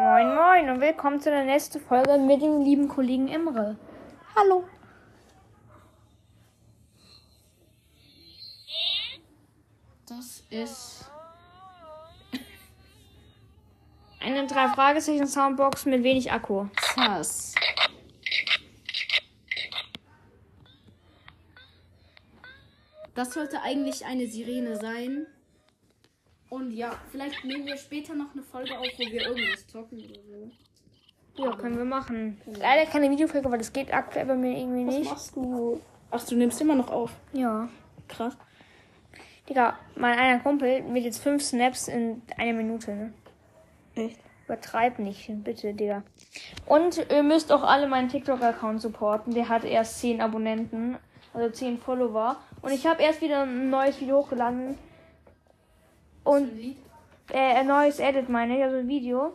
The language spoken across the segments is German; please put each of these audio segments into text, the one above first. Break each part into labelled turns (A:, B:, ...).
A: Moin und willkommen zu der nächsten Folge mit dem lieben Kollegen Imre. Hallo.
B: Das ist.
A: Eine drei Fragezeichen Soundbox mit wenig Akku.
B: Sass. Das sollte eigentlich eine Sirene sein. Und ja, vielleicht nehmen wir später noch eine Folge auf, wo wir irgendwas zocken oder so.
A: Ja, können wir machen. Leider keine Videofolge, weil das geht aktuell bei mir irgendwie nicht.
B: machst du? Ach, du nimmst immer noch auf.
A: Ja.
B: Krass.
A: Digga, mein einer Kumpel mit jetzt fünf Snaps in einer Minute. Ne?
B: Echt?
A: Übertreib nicht, bitte, Digga. Und ihr müsst auch alle meinen TikTok-Account supporten. Der hat erst 10 Abonnenten, also 10 Follower. Und ich habe erst wieder ein neues Video hochgeladen. Und äh, ein neues Edit meine ich, also ein Video.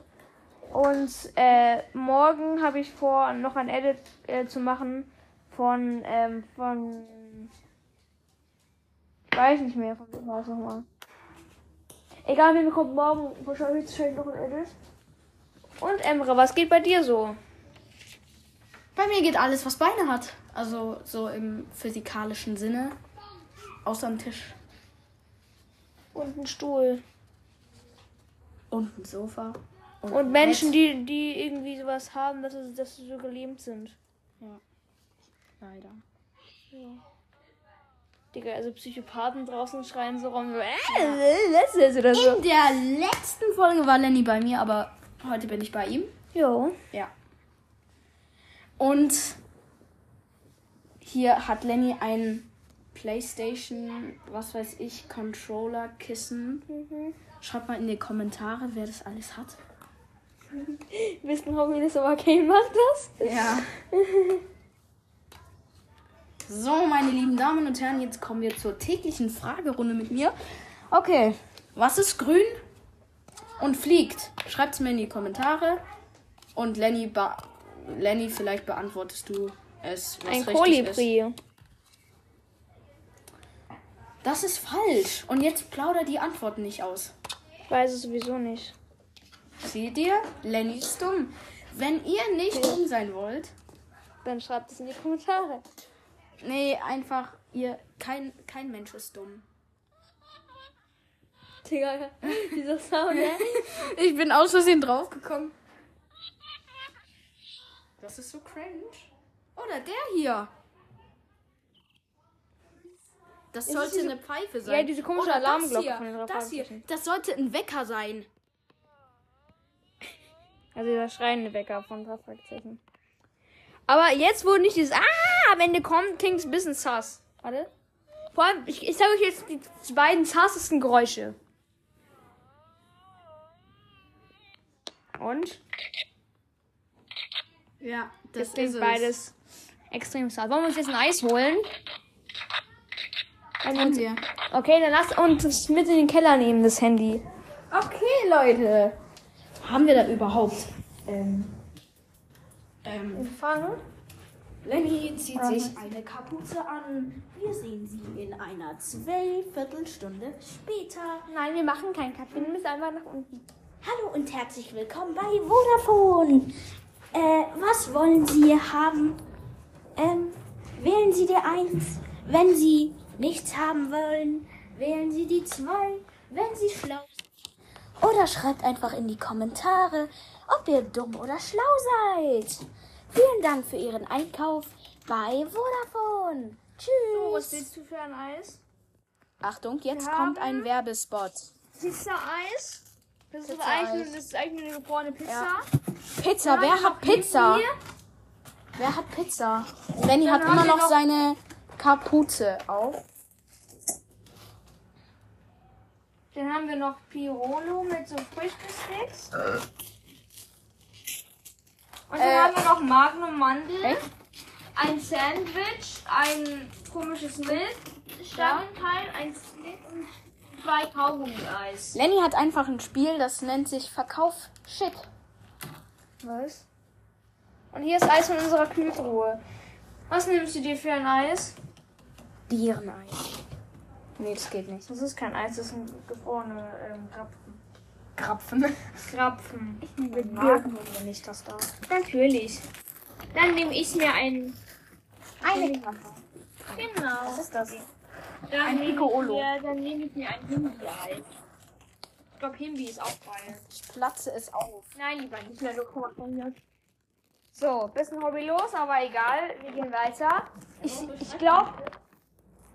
A: Und äh, morgen habe ich vor, noch ein Edit äh, zu machen von, ähm, von, weiß nicht mehr, von wem war es nochmal. Egal, wie wir kommen morgen, wahrscheinlich wahrscheinlich noch ein Edit. Und Emre, was geht bei dir so?
B: Bei mir geht alles, was Beine hat. Also so im physikalischen Sinne. Außer am Tisch
A: Und ein Stuhl.
B: und ein Sofa.
A: Und Menschen, die, die irgendwie sowas haben, dass sie, dass sie so gelähmt sind.
B: Leider.
A: Digga, also Psychopathen draußen schreien so rum. so, Äh, das ist oder so.
B: In der letzten Folge war Lenny bei mir, aber heute bin ich bei ihm.
A: Jo.
B: Ja. Und hier hat Lenny ein PlayStation, was weiß ich, Controller Kissen. Schreibt mal in die Kommentare, wer das alles hat.
A: Wissen, Hobby das aber kein macht das?
B: Ja. So, meine lieben Damen und Herren, jetzt kommen wir zur täglichen Fragerunde mit mir. Okay, was ist grün und fliegt? Schreibt's mir in die Kommentare. Und Lenny, ba- Lenny vielleicht beantwortest du es, was
A: Ein
B: richtig ist.
A: Kolibri.
B: Das ist falsch. Und jetzt plauder die Antworten nicht aus.
A: Ich weiß es sowieso nicht.
B: Seht ihr? Lenny ist dumm. Wenn ihr nicht dumm sein wollt,
A: Dann schreibt es in die Kommentare.
B: nee, einfach ihr, kein, kein Mensch ist dumm.
A: Digga, dieser Sound, ne?
B: Ich bin aus Versehen draufgekommen. Das ist so cringe. Oder der hier. Das
A: Ist
B: sollte
A: diese-
B: eine Pfeife sein.
A: Ja, diese komische
B: Oder
A: Alarmglocke
B: Das
A: von den
B: hier.
A: drei
B: Das, hier.
A: Fragezeichen.
B: das sollte ein Wecker sein.
A: Also dieser schreiende Wecker von drei Fragezeichen. Aber jetzt, wo nicht dieses Ah am Ende kommt, klingt es ein bisschen sass. Warte. Vor allem, ich, ich sage euch jetzt die beiden sassesten Geräusche. Und?
B: Ja,
A: Das klingt beides extrem sass. Wollen wir uns jetzt ein Eis holen?
B: Können wir.
A: Okay, dann lasst uns mit in den Keller nehmen, das Handy.
B: Okay, Leute. Haben wir da überhaupt? Ähm. Ähm.
A: Fangen?
B: Lenny zieht sich eine Kapuze an. Wir sehen sie in einer Zweiviertelstunde später.
A: Nein, wir machen keinen Kaffee. Wir müssen einfach nach unten.
C: Hallo und herzlich willkommen bei Vodafone. Äh, was wollen Sie haben? Ähm, wählen Sie die 1. Wenn Sie nichts haben wollen, wählen Sie die 2. Wenn Sie schlau sind. Oder schreibt einfach in die Kommentare, ob ihr dumm oder schlau seid. Vielen Dank für Ihren Einkauf bei Vodafone. Tschüss.
A: du für ein Eis?
B: Achtung, jetzt
A: Wir
B: kommt
A: haben-
B: ein Werbespot.
A: Pizza-Eis. Das ist,
B: Pizza-Eis.
A: eigentlich, das ist eigentlich eine gefrorene Pizza.
B: Pizza, wer hat Pizza? Wer hat Pizza? Lenny hat
A: haben
B: immer
A: wir
B: noch
A: noch-
B: seine Kapuze auf.
A: Dann haben wir noch Pirolo mit so Früchtesticks. Und dann
B: Äh.
A: haben wir noch Magnum Mandel.
B: Echt?
A: Ein Sandwich, ein komisches Milchstangenteil, ein Snick und zwei Kaugummi-Eis.
B: Lenny hat einfach ein Spiel, das nennt sich Verkauf Shit.
A: Was? Und hier ist Eis von unserer Kühltruhe. Was nimmst du dir für ein Eis?
C: Biereneis.
B: Nee, das geht nicht.
A: Das ist kein Eis, das ist ein gefrorener ähm, Krapfen.
B: Krapfen.
A: Krapfen.
C: Mit
A: Magen, wenn ich das darf.
D: Natürlich. Dann nehme ich mir einen.
C: Eine Krabbe.
D: Genau.
C: Was ist das?
D: Dann
B: Ein
D: nehme ich
B: Piccolo.
D: mir- Dann nehme ich mir einen Himbeer. Ich glaube, Himbeer ist auch geil.
B: Ich platze es auf.
D: Nein, lieber nicht. Nein, du kommst von mir.
A: So, bisschen hobbylos, aber egal. Wir gehen weiter. Ich, ich glaube,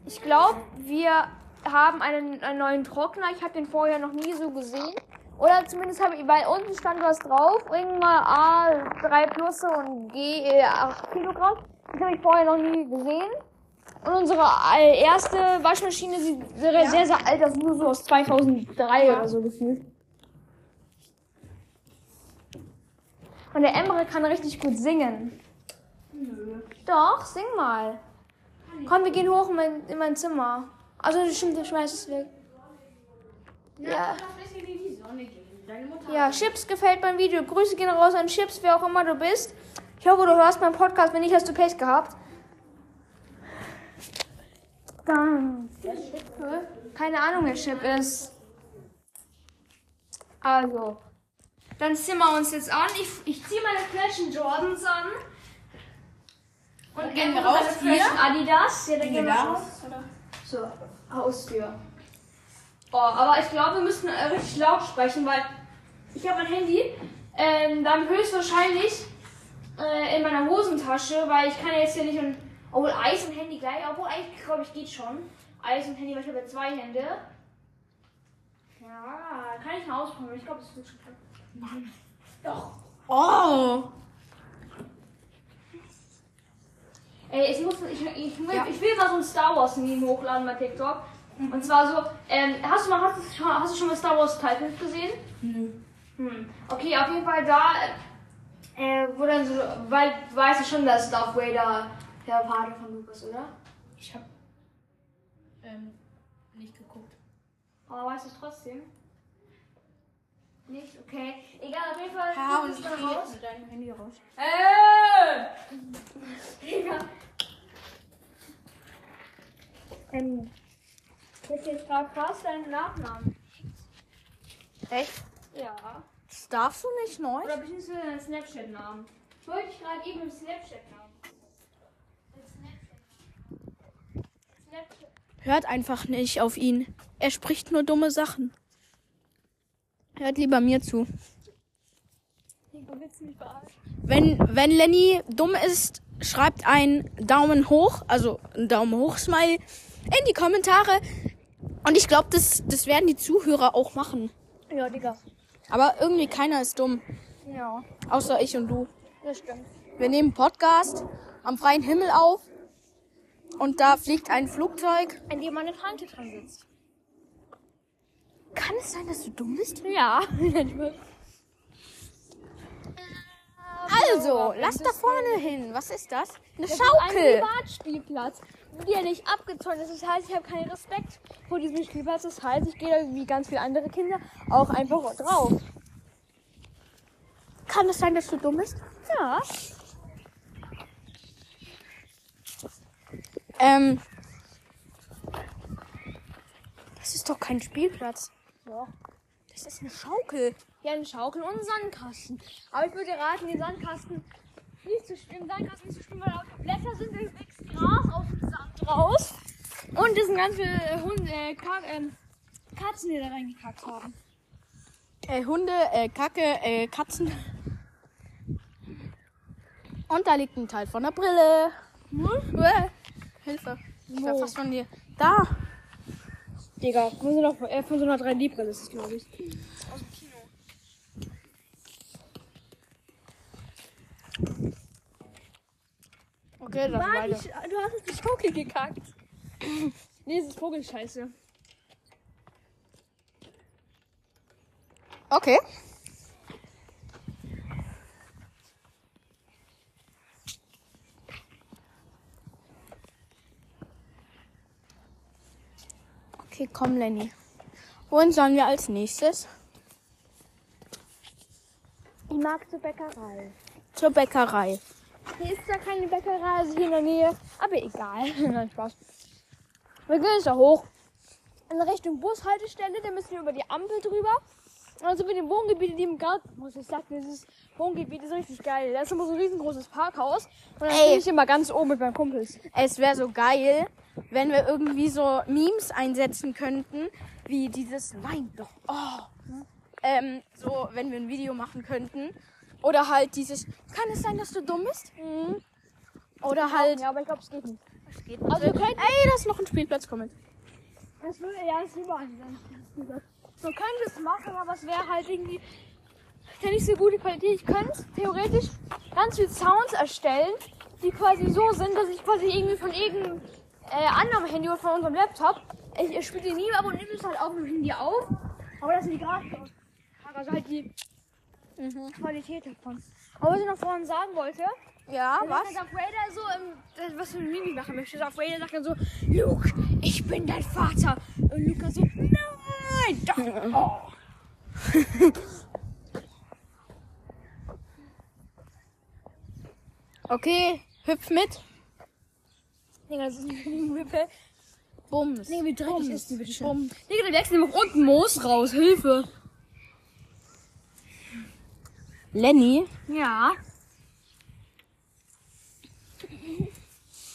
A: ich glaub, wir haben einen, einen neuen Trockner. Ich habe den vorher noch nie so gesehen. Oder zumindest habe ich, weil unten stand was drauf. Irgendwann A, 3 Plus und G, äh, 8 Kilogramm. Das habe ich vorher noch nie gesehen. Und unsere äh, erste Waschmaschine sieht sehr, sehr, sehr alt aus. Nur so aus 2003 oder so gefühlt. Und der Emre kann richtig gut singen. Doch, sing mal. Komm, wir gehen hoch in mein, in mein Zimmer. Also stimmt, der schmeißt es weg. Ja. Ja, Chips gefällt mein Video. Grüße gehen raus an Chips, wer auch immer du bist. Ich hoffe, du hörst meinen Podcast. Wenn nicht, hast du Pech gehabt. Dann. Keine Ahnung, wer Chip ist. Also. Dann ziehen wir uns jetzt an. Ich, ich ziehe meine Flaschen Jordans an. Und
B: gehen wir
A: Emre
B: raus
A: seine
B: hier?
A: Flaschen Adidas. Ja, dann
B: Gehen wir
A: gehen wir
B: da
A: raus. So, Haustür. Oh, aber ich glaube, wir müssen äh, richtig laut sprechen, weil ich habe mein Handy ähm, dann höchstwahrscheinlich äh, in meiner Hosentasche, weil ich kann ja jetzt hier nicht und. Obwohl Eis und Handy gleich, obwohl eigentlich glaube ich geht schon. Eis und Handy, weil ich habe ja zwei Hände. Ja, kann ich mal ausprobieren. Ich glaube, es wird schon klappen. Doch.
B: Oh!
A: Ey, ich muss, ich, ich, will,
B: Ja.
A: ich will mal so ein Star Wars Meme hochladen bei TikTok. Und zwar so, ähm, hast du mal, hast du, schon- hast du schon mal Star Wars Titan gesehen? Hm. Okay, auf jeden Fall da, äh, wo dann so, weil, weißt du schon, dass Darth Vader der Vater von Lukas, oder?
B: Ich hab. Ähm, nicht geguckt.
A: Aber weißt du es trotzdem? Nicht? Okay. Egal, auf jeden Fall.
B: Ha, und
A: guck es
B: ich
A: dann raus.
B: mit deinem Handy raus.
A: Äh! Digga. Ähm. Ich jetzt gerade fast deinen Nachnamen.
B: Echt?
A: Ja.
B: Das darfst du nicht neu?
A: Oder beziehungsweise deinen Snapchat-Namen. Wollte ich gerade eben im Snapchat-Namen. Snapchat.
B: Hört einfach nicht auf ihn. Er spricht nur dumme Sachen. Hört lieber mir zu. Wenn, wenn Lenny dumm ist, schreibt einen Daumen hoch, also einen Daumen hoch Smile in die Kommentare. Und ich glaube, das, das werden die Zuhörer auch machen.
A: Ja, Digga.
B: Aber irgendwie keiner ist dumm.
A: Ja,
B: Außer ich und du.
A: das stimmt.
B: Wir nehmen Podcast am freien Himmel auf. Und da fliegt ein Flugzeug.
A: An dem meine Tante dran sitzt.
B: Kann es sein, dass du dumm bist?
A: Ja.
B: Also, lass da vorne hin. Was ist das? Eine
A: Ein
B: Schaukel.
A: Privatspielplatz. Die ja nicht abgezogen ist. Das heißt, ich habe keinen Respekt vor diesem Spielplatz. Das heißt, ich gehe da wie ganz viele andere Kinder auch einfach drauf.
B: Kann es sein, dass du dumm bist?
A: Ja.
B: Ähm. Das ist doch kein Spielplatz.
A: Doch.
B: Das ist eine Schaukel.
A: Ja, eine Schaukel und einen Sandkasten. Aber ich würde raten, den Sandkasten nicht zu spielen. Im Sandkasten nicht zu spielen, weil da auch Blätter sind. Da wächst Gras aus dem Sand raus. Und es sind ganz viele Hunde, äh, Ka ähm, Katzen, die da reingekackt haben.
B: Äh, Hunde, äh, Kacke, äh, Katzen. Und da liegt ein Teil von der Brille.
A: Hm?
B: Uäh. Hilfe. Ich war fast von dir. Da.
A: Digga, von so einer, äh, von so einer 3D-Brille ist es, glaube ich.
B: Okay, das
A: Mann, ich, du hast jetzt die Schaukel gekackt. nee, das ist Vogelscheiße.
B: Okay. Okay, komm, Lenny. Wohin sollen wir als nächstes?
A: Ich mag zur Bäckerei.
B: Zur Bäckerei.
A: Hier ist ja keine Bäckerei, also hier in der Nähe. Aber egal. Nein, Spaß. Wir gehen jetzt da hoch. In Richtung Bushaltestelle, da müssen wir über die Ampel drüber.
E: Also mit den Wohngebieten, die im Garten, muss ich sagen, dieses Wohngebiet ist richtig geil. Da ist immer so ein riesengroßes Parkhaus. Und da
B: Ey.
E: stehe ich immer ganz oben mit meinen Kumpels.
B: Es wäre so geil, wenn wir irgendwie so Memes einsetzen könnten, wie dieses Nein doch. Oh. Ähm, so, wenn wir ein Video machen könnten. Oder halt dieses, kann es sein, dass du dumm bist? Mhm. Oder halt,
E: Ja, aber ich glaube, es geht nicht.
B: also wir könnten, ey, da ist noch ein Spielplatz, komm
E: Das würde, ja, ist überall. Man könnte es machen, aber es wäre halt irgendwie ja nicht so gute Qualität. Ich könnte theoretisch ganz viel Sounds erstellen, die quasi so sind, dass ich quasi irgendwie von irgendeinem äh, anderem Handy oder von unserem Laptop, ich, ich spiele die nie ab und nehme es halt auf dem Handy auf, aber das sind die Grafik aus. Also halt die Qualität davon. Aber was ich noch vorhin sagen wollte,
B: Ja, was?
E: wenn Darth Vader so, im, das, was für ein Mimi machen möchte, Darth Vader sagt dann so, Luke, ich bin dein Vater. Und Luke dann so, nein, doch. Oh.
B: Okay, hüpf mit.
E: Digga, das ist eine Mimi-Wippe.
B: Bums.
E: Digga, wie dreckig ist die bitte schön.
B: Bums.
E: Digga, da wächst nämlich unten Moos raus, Hilfe.
B: Lenny.
E: Ja.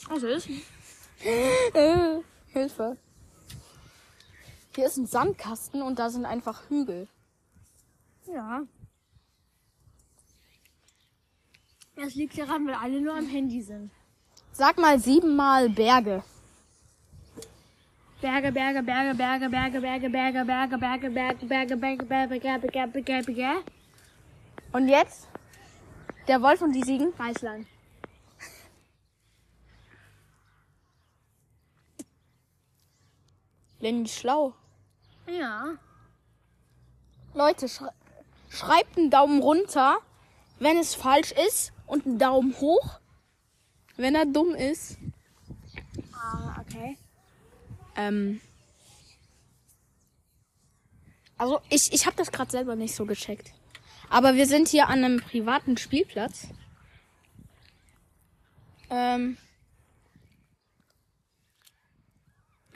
E: Was ist?
B: Äh, Hilfe. Hier ist ein Sandkasten und da sind einfach Hügel.
E: Ja. Das liegt daran, weil alle nur am Handy sind.
B: Sag mal siebenmal Berge.
E: Berge, Berge, Berge, Berge, Berge, Berge, Berge, Berge, Berge, Berge, Berge, Berge, Berge, Berge, Berge, Berge, Berge,
B: Und jetzt? Der Wolf und die Siegen?
E: Reisland.
B: Lenny schlau.
E: Ja.
B: Leute, schrei- schreibt einen Daumen runter, wenn es falsch ist und einen Daumen hoch, wenn er dumm ist.
E: Ah, okay.
B: Ähm. Also ich, ich habe das gerade selber nicht so gecheckt. Aber wir sind hier an einem privaten Spielplatz. Ähm.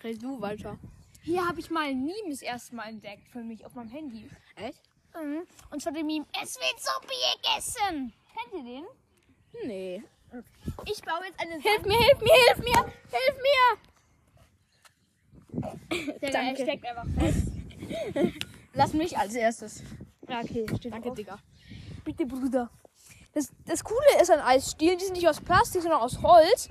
B: Red du, Walter.
E: Hier habe ich mal ein Meme das erste Mal entdeckt für mich auf meinem Handy.
B: Echt?
E: Mhm. Und zwar den Meme, es wird Suppe gegessen. Kennt ihr den?
B: Nee.
E: Ich baue jetzt eine
B: Hilf mir, hilf mir, hilf mir, hilf mir!
E: Sandkiste. Er
B: danke.
E: steckt einfach fest.
B: Lass mich als erstes.
E: Ja, okay, steht
B: Danke,
E: drauf.
B: Digga.
E: Bitte, Bruder. Das, das Coole ist an Eisstielen, die sind nicht aus Plastik, sondern aus Holz.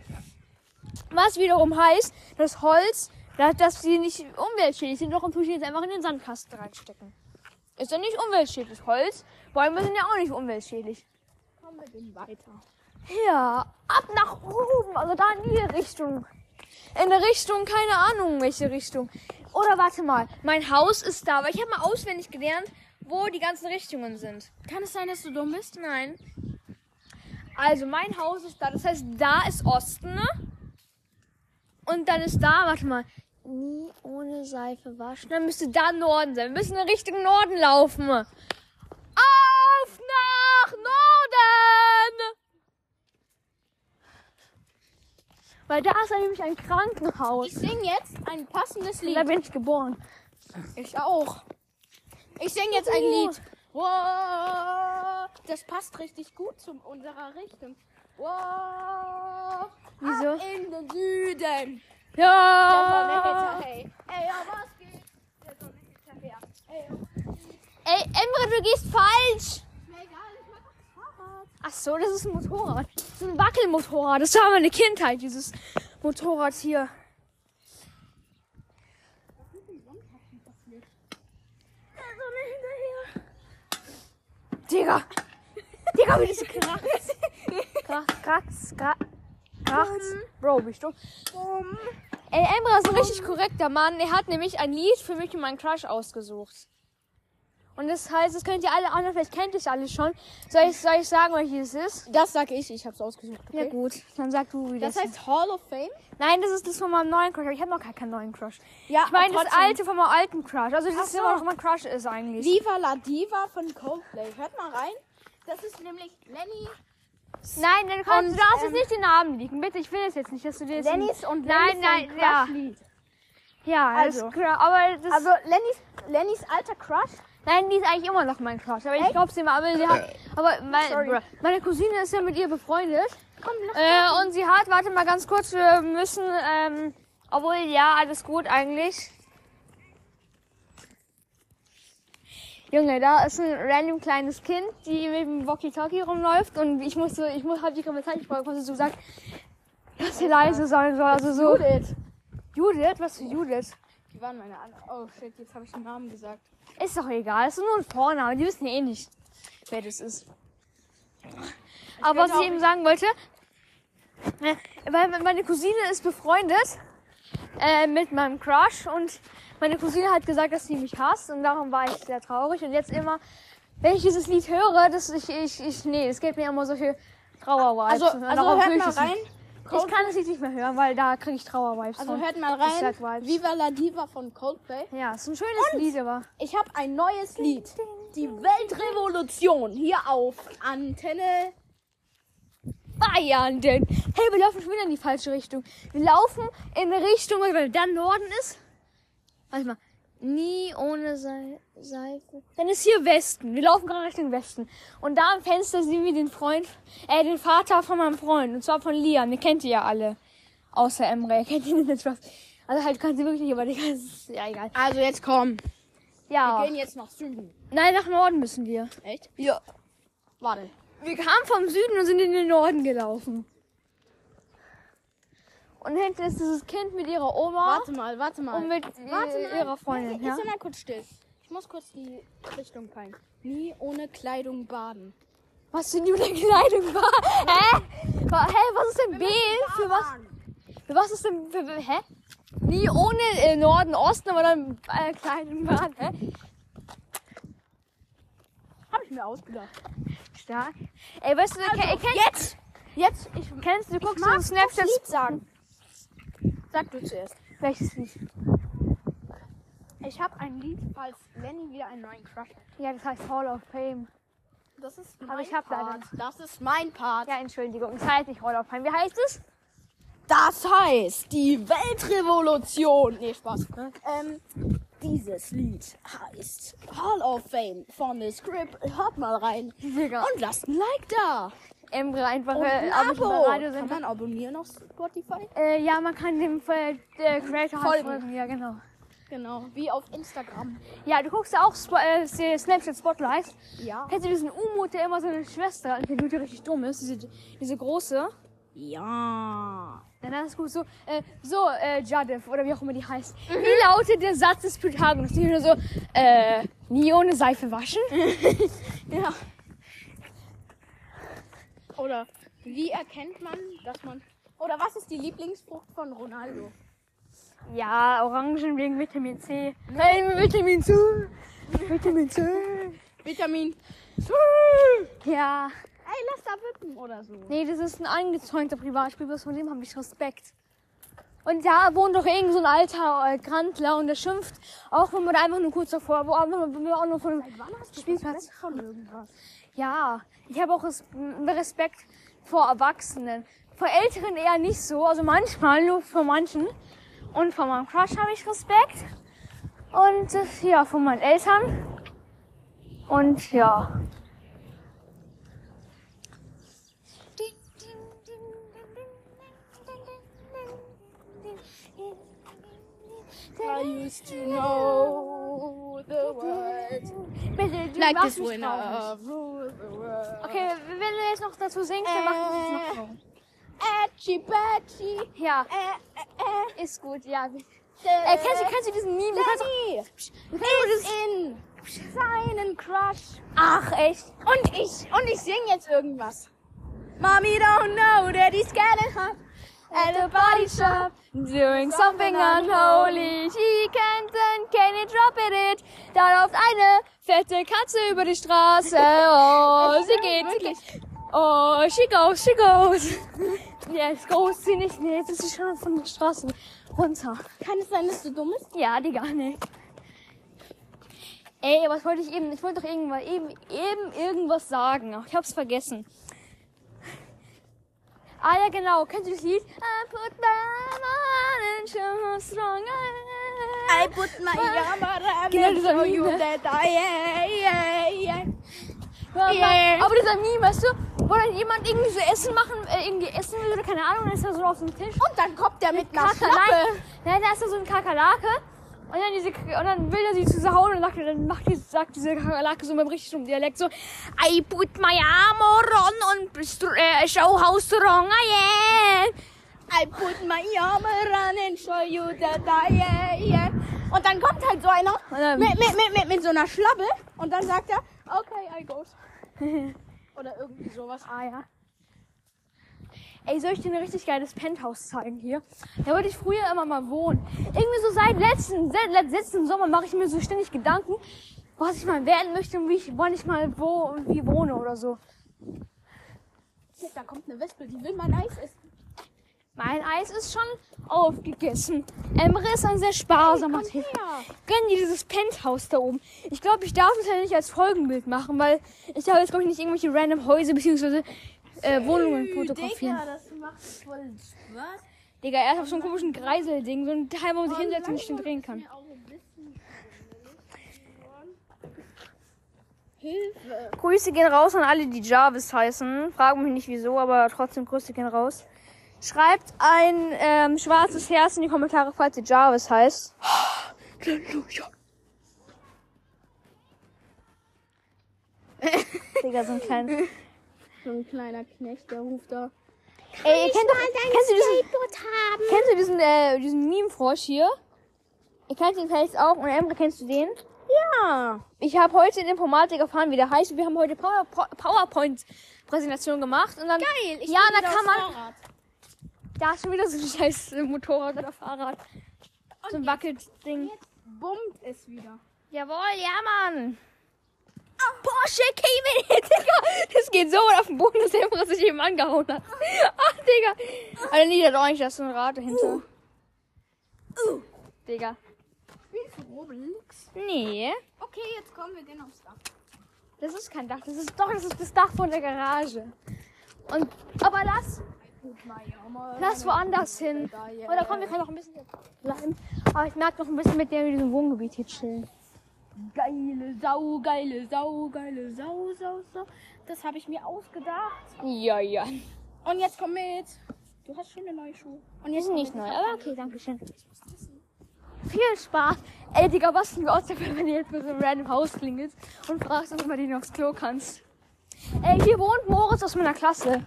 E: Was wiederum heißt, dass Holz, dass, dass sie nicht umweltschädlich sind, doch und tue ich die jetzt einfach in den Sandkasten reinstecken. Ist ja nicht umweltschädlich. Holz, Bäume sind ja auch nicht umweltschädlich.
B: Kommen wir denn weiter?
E: Ja, ab nach oben, also da in die Richtung. In der Richtung, keine Ahnung, welche Richtung. Oder warte mal, mein Haus ist da, aber ich habe mal auswendig gelernt, wo die ganzen Richtungen sind.
B: Kann es sein, dass du dumm bist?
E: Nein. Also mein Haus ist da, das heißt, da ist Osten. Ne? Und dann ist da, warte mal, nie ohne Seife waschen. Dann müsste da Norden sein. Wir müssen in Richtung Norden laufen. Auf nach Norden! Weil da ist dann nämlich ein
B: Ich
E: Krankenhaus.
B: sing jetzt ein passendes
E: Da
B: Lied.
E: bin ich geboren.
B: Ich auch. Ich sing jetzt ein Lied. Wow. Das passt richtig gut zu unserer Richtung. Wow.
E: Wieso?
B: Ab in den Süden.
E: Ja!
B: Hey, ja, was geht?
E: Ey, Emre, du gehst falsch!
B: Mir egal, ich mag das Fahrrad.
E: Ach so, das ist ein Motorrad. So ein Wackelmotorrad. Das war meine Kindheit, dieses Motorrad hier. Digga! Digga, wie das kracht. Kracht, krax, kracht. Bro, bist du? Ey, Emra ist ein richtig korrekter Mann. Er hat nämlich ein Lied für mich und meinen Crush ausgesucht. Und das heißt, das könnt ihr alle anderen, vielleicht kennt ihr es alle schon. Soll ich, soll ich sagen, welches es ist?
B: Das sag ich, ich hab's ausgesucht. Okay?
E: Ja gut, dann sag du, wie das,
B: Das heißt Hall of Fame?
E: ist. Nein, das ist das von meinem neuen Crush, aber ich habe noch gar keinen neuen Crush.
B: Ja,
E: Ich meine das
B: trotzdem.
E: alte von meinem alten Crush. Also das
B: Ach
E: ist
B: so.
E: immer noch mein Crush ist eigentlich.
B: Viva la Diva von Coldplay. Hört mal rein. Das ist nämlich Lenny.
E: Nein, dann komm,
B: Und,
E: du
B: ähm,
E: darfst jetzt nicht den Namen liegen. Bitte, ich will das jetzt nicht, dass du dir jetzt...
B: Lennys und
E: Nein,
B: Lennys
E: nein,
B: sein
E: ja.
B: Crush-Lied.
E: Ja, Also
B: Also.
E: das, ist klar, aber das...
B: Also Lennys, Lennys alter Crush
E: Nein, die ist eigentlich immer noch mein Crush. Aber ich glaub's dir mal. Aber, sie hat, aber mein,
A: Sorry.
E: meine Cousine ist ja mit ihr befreundet. äh, und sie hat, warte mal ganz kurz, wir müssen, ähm, obwohl, ja, alles gut eigentlich. Junge, da ist ein random kleines Kind, die mit dem Walkie-Talkie rumläuft und ich musste, ich muss, hab die Kommentare gesprochen, was du so gesagt, dass sie leise sein soll, also so.
B: Judith.
E: Judith? Was für Judith?
B: Die waren meine anderen. Oh shit, jetzt habe ich den Namen gesagt.
E: Ist doch egal, ist nur ein Vorname, die wissen ja eh nicht, wer das ist. Aber was
A: könnte
E: ich eben sagen wollte, äh, weil meine Cousine ist befreundet äh, mit meinem Crush und meine Cousine hat gesagt, dass sie mich hasst und darum war ich sehr traurig und jetzt immer, wenn ich dieses Lied höre, dass ich, ich, ich nee, es gibt mir immer solche Trauer-Vibes.
B: Also,
E: und
B: also
E: darum fühl
B: hört
E: ich
B: mal
E: das nicht.
B: rein.
E: Ich kann das Lied nicht mehr hören, weil da kriege ich Trauer-Vibes
B: Also
E: von.
B: hört mal
E: Ich
B: rein.
E: sag Vibes.
B: Viva la Diva von Coldplay.
E: Ja, ist ein schönes Lied, aber...
B: Ich habe ein neues Lied. Die Weltrevolution hier auf Antenne.
E: Bayern denn? Hey, wir laufen schon wieder in die falsche Richtung. Wir laufen in eine Richtung, weil dann Norden ist. Warte mal. Nie ohne Sei- Seife. Dann ist hier Westen. Wir laufen gerade Richtung Westen. Und da am Fenster sehen wir den Freund, äh, den Vater von meinem Freund. Und zwar von Liam. Den kennt ihr ja alle. Außer Emre. Ihr kennt ihn nicht. Spaß. Also halt, kannst du wirklich nicht, aber die kannst, ja, egal.
B: Also jetzt komm. Wir
E: Ja.
B: gehen jetzt nach Süden.
E: Nein, nach Norden müssen wir.
B: Echt? Ja. Warte.
E: Wir kamen vom Süden und sind in den Norden gelaufen. Und hinten ist dieses Kind mit ihrer Oma
B: Warte mal, warte mal.
E: Ah. und mit äh, ihrer Freundin.
B: Nee,
E: Ja?
B: Ist mal kurz still. Ich muss kurz die Richtung peilen. Nie ohne Kleidung baden.
E: Was für eine Kleidung war? Hä? Wa- Hä? Was ist denn B? Für was? Für was ist denn. Für, für, hä? Nie ohne äh, Norden, Osten, aber dann äh, Kleidung waren. Hä?
B: Hab ich mir ausgedacht. Also,
E: Stark. Ey, weißt du, ke- äh, kennst,
B: Jetzt! Jetzt! Ich
E: kennst du, guckst
B: mag
E: du Snapchat?
B: Lied sagen. Sag du zuerst.
E: Welches Lied?
B: Ich habe ein Lied, falls Lenny wieder einen neuen Crush hat.
E: Ja, das heißt Hall of Fame.
B: Das ist
E: mein Part.
B: Das ist mein Part.
E: Ja, Entschuldigung, das heißt nicht Hall of Fame. Wie heißt es?
B: Das heißt, die Weltrevolution. Nee, Spaß. Ähm, dieses Lied heißt Hall of Fame von The Script. Hört mal rein.
E: Digga.
B: Und lasst ein Like da.
E: Emre einfach
B: Und
E: äh,
B: ein
E: ab und zu bei
B: Abo. Kann
E: Radiosender.
B: man abonnieren auf Spotify?
E: Äh, ja, man kann dem äh, der Creator halt
B: Folgen.
E: folgen. Ja, genau.
B: Genau. Wie auf Instagram.
E: Ja, du guckst ja auch Spo äh, S- Snapchat Spotlight.
B: Ja.
E: Kennst du diesen Umut, der immer so eine Schwester hat, die Dude richtig dumm ist, diese, diese große?
B: Ja.
E: Ja, dann ist gut so, äh, so, äh, Jadif, oder wie auch immer die heißt. Wie lautet der Satz des Pythagoras? Die nur so, äh, nie ohne Seife waschen?
B: Ja. Oder wie erkennt man, dass man. Oder was ist die Lieblingsfrucht von Ronaldo?
E: Ja, Orangen wegen Vitamin C. Nein, Vitamin C. Vitamin C.
B: Vitamin.
E: Ja.
B: Ey, lass da wippen oder so.
E: Nee, das ist ein angezäunter Privatspielplatz, von dem habe ich Respekt. Und da wohnt doch irgend so ein alter äh, Grandler und der schimpft, auch wenn man da einfach nur kurz davor, wo auch wenn man auch nur von
B: Wann hast du
E: Spielplatz.
B: Respekt von irgendwas?
E: Ja, ich habe auch Res m- Respekt vor Erwachsenen. Vor Älteren eher nicht so, also manchmal, nur vor manchen. Und vor meinem Crush habe ich Respekt. Und äh, ja, von meinen Eltern. Und ja.
B: I used to know the words.
E: Bitte, du
B: Like
E: machst
B: this uh,
E: mich traurig.
B: winner. Rule the world.
E: Okay, wenn du jetzt noch dazu singst, dann mach ich das noch traurig.
B: Achi, bachi.
E: Ja,
B: Äh, äh,
E: ist gut, ja.
B: äh.
E: Äh, kennst, du, kennst du diesen Meme? Du kannst auch,
B: Danny
E: du kannst auch dieses,
B: in seinen Crush.
E: ach, echt.
B: Und ich, und ich sing jetzt irgendwas. Mommy don't know that he's getting hot at the body shop.
E: Doing something unholy, she can't and can it drop it it. Da läuft eine fette Katze über die Straße. Oh, sie geht, sie geht. Oh, she goes, she goes. Jetzt goes sie nicht, nee, jetzt ist sie schon von der Straße runter.
B: Kann es sein, dass du dumm bist?
E: Ja, Digga, nee. Ey, was wollte ich eben? Ich wollte doch irgendwas, eben, eben irgendwas sagen. Ach, ich hab's vergessen. Ah ja, genau. Kennst du das Lied? I put my mind in strong.
B: I put my Yamara
E: Genau, dieser
B: next to you
E: Meme.
B: that I- yeah, yeah, yeah.
E: Ja,
B: Yeah.
E: Aber dieser Meme, weißt du, wo dann jemand irgendwie so Essen machen, äh, irgendwie essen würde, keine Ahnung, dann ist er so auf dem Tisch.
B: Und dann kommt der mit einer
E: Kakerlake.
B: Schlappe.
E: Nein, da ist da so ein Kakerlake. Und dann, diese, und dann will er sie zusammenhauen und sagt, dann macht die, sagt diese Kakerlake so mit richtigem Dialekt so, I put my armor on und äh, show how strong I am.
B: I put my Yamara and show you that I- yeah, yeah. Und dann kommt halt so einer
E: dann-
B: mit, mit, mit, mit, mit so einer Schlappe und dann sagt er, okay, I go. Oder irgendwie sowas.
E: Ah ja. Ey, soll ich dir ein richtig geiles Penthouse zeigen hier? Da wollte ich früher immer mal wohnen. Irgendwie so seit letzten, seit let- letzten Sommer mache ich mir so ständig Gedanken, was ich mal werden möchte und wie ich, wann ich mal wo und wie wohne oder so.
B: Guck, Da kommt eine Wespe, die will mein Eis essen.
E: Mein Eis ist schon aufgegessen. Emre ist ein sehr sparsamer Typ.
B: Ja.
E: Gönn dir dieses Penthouse da oben. Ich glaube, ich darf es ja nicht als Folgenbild machen, weil ich darf jetzt, glaube ich, nicht irgendwelche random Häuser bzw. Äh, Wohnungen fotografieren.
B: das macht voll Spaß.
E: Digga, er ist auf so einem komischen Kreiselding, so ein Teil, wo man sich hinsetzt und nicht stimmt drehen kann. Grüße gehen raus an alle, die Jarvis heißen. Fragen mich nicht wieso, aber trotzdem Grüße gehen raus. Schreibt ein ähm, schwarzes Herz in die Kommentare, falls ihr Jarvis heißt. Digga, so ein kleiner.
B: So ein kleiner Knecht, der ruft da.
E: Ey, ihr kennt doch, kennst du diesen, kennst du diesen, äh, diesen Meme-Frosch hier? Ihr kennt ihn vielleicht auch. Und Emre, kennst du den?
B: Ah,
E: Ich habe heute in Informatik erfahren, wie der heißt. Wir haben heute Power, Po- PowerPoint-Präsentation gemacht. Und dann, Geil, ja, da kann man, da ist schon wieder so ein scheiß äh, Motorrad oder Fahrrad. So ein Wackelding.
B: Bummt es wieder.
E: Jawohl, ja, Mann. Porsche came in, Digga. Das geht so weit auf den Boden, dass Emre sich eben angehauen hat. Ach, Digga. Alter, nee, der hat auch nicht, da ist so ein Rad dahinter. Uh. Digga.
B: Spielst du Robelix?
E: Nee.
B: Okay, jetzt kommen wir gehen aufs Dach.
E: Das ist kein Dach. Das ist doch, das ist das Dach von der Garage. Und, aber lass,
B: Gut, Maya,
E: lass woanders hin. Oder komm, wir können noch ein bisschen hier bleiben. Aber ich merke noch ein bisschen mit dir in diesem Wohngebiet hier chillen.
B: Geile Sau, geile Sau, geile Sau, Sau, Sau. Das habe ich mir ausgedacht.
E: Ja, ja.
B: Und jetzt komm mit. Du hast schöne neue Schuhe.
E: Und jetzt nicht neu, aber okay, danke schön. Viel Spaß. Ey, Digga, was für ein Ausdruck, wenn du jetzt bei so einem random Haus klingelst und fragst, ob du mal den aufs Klo kannst. Ey, hier wohnt Moritz aus meiner Klasse.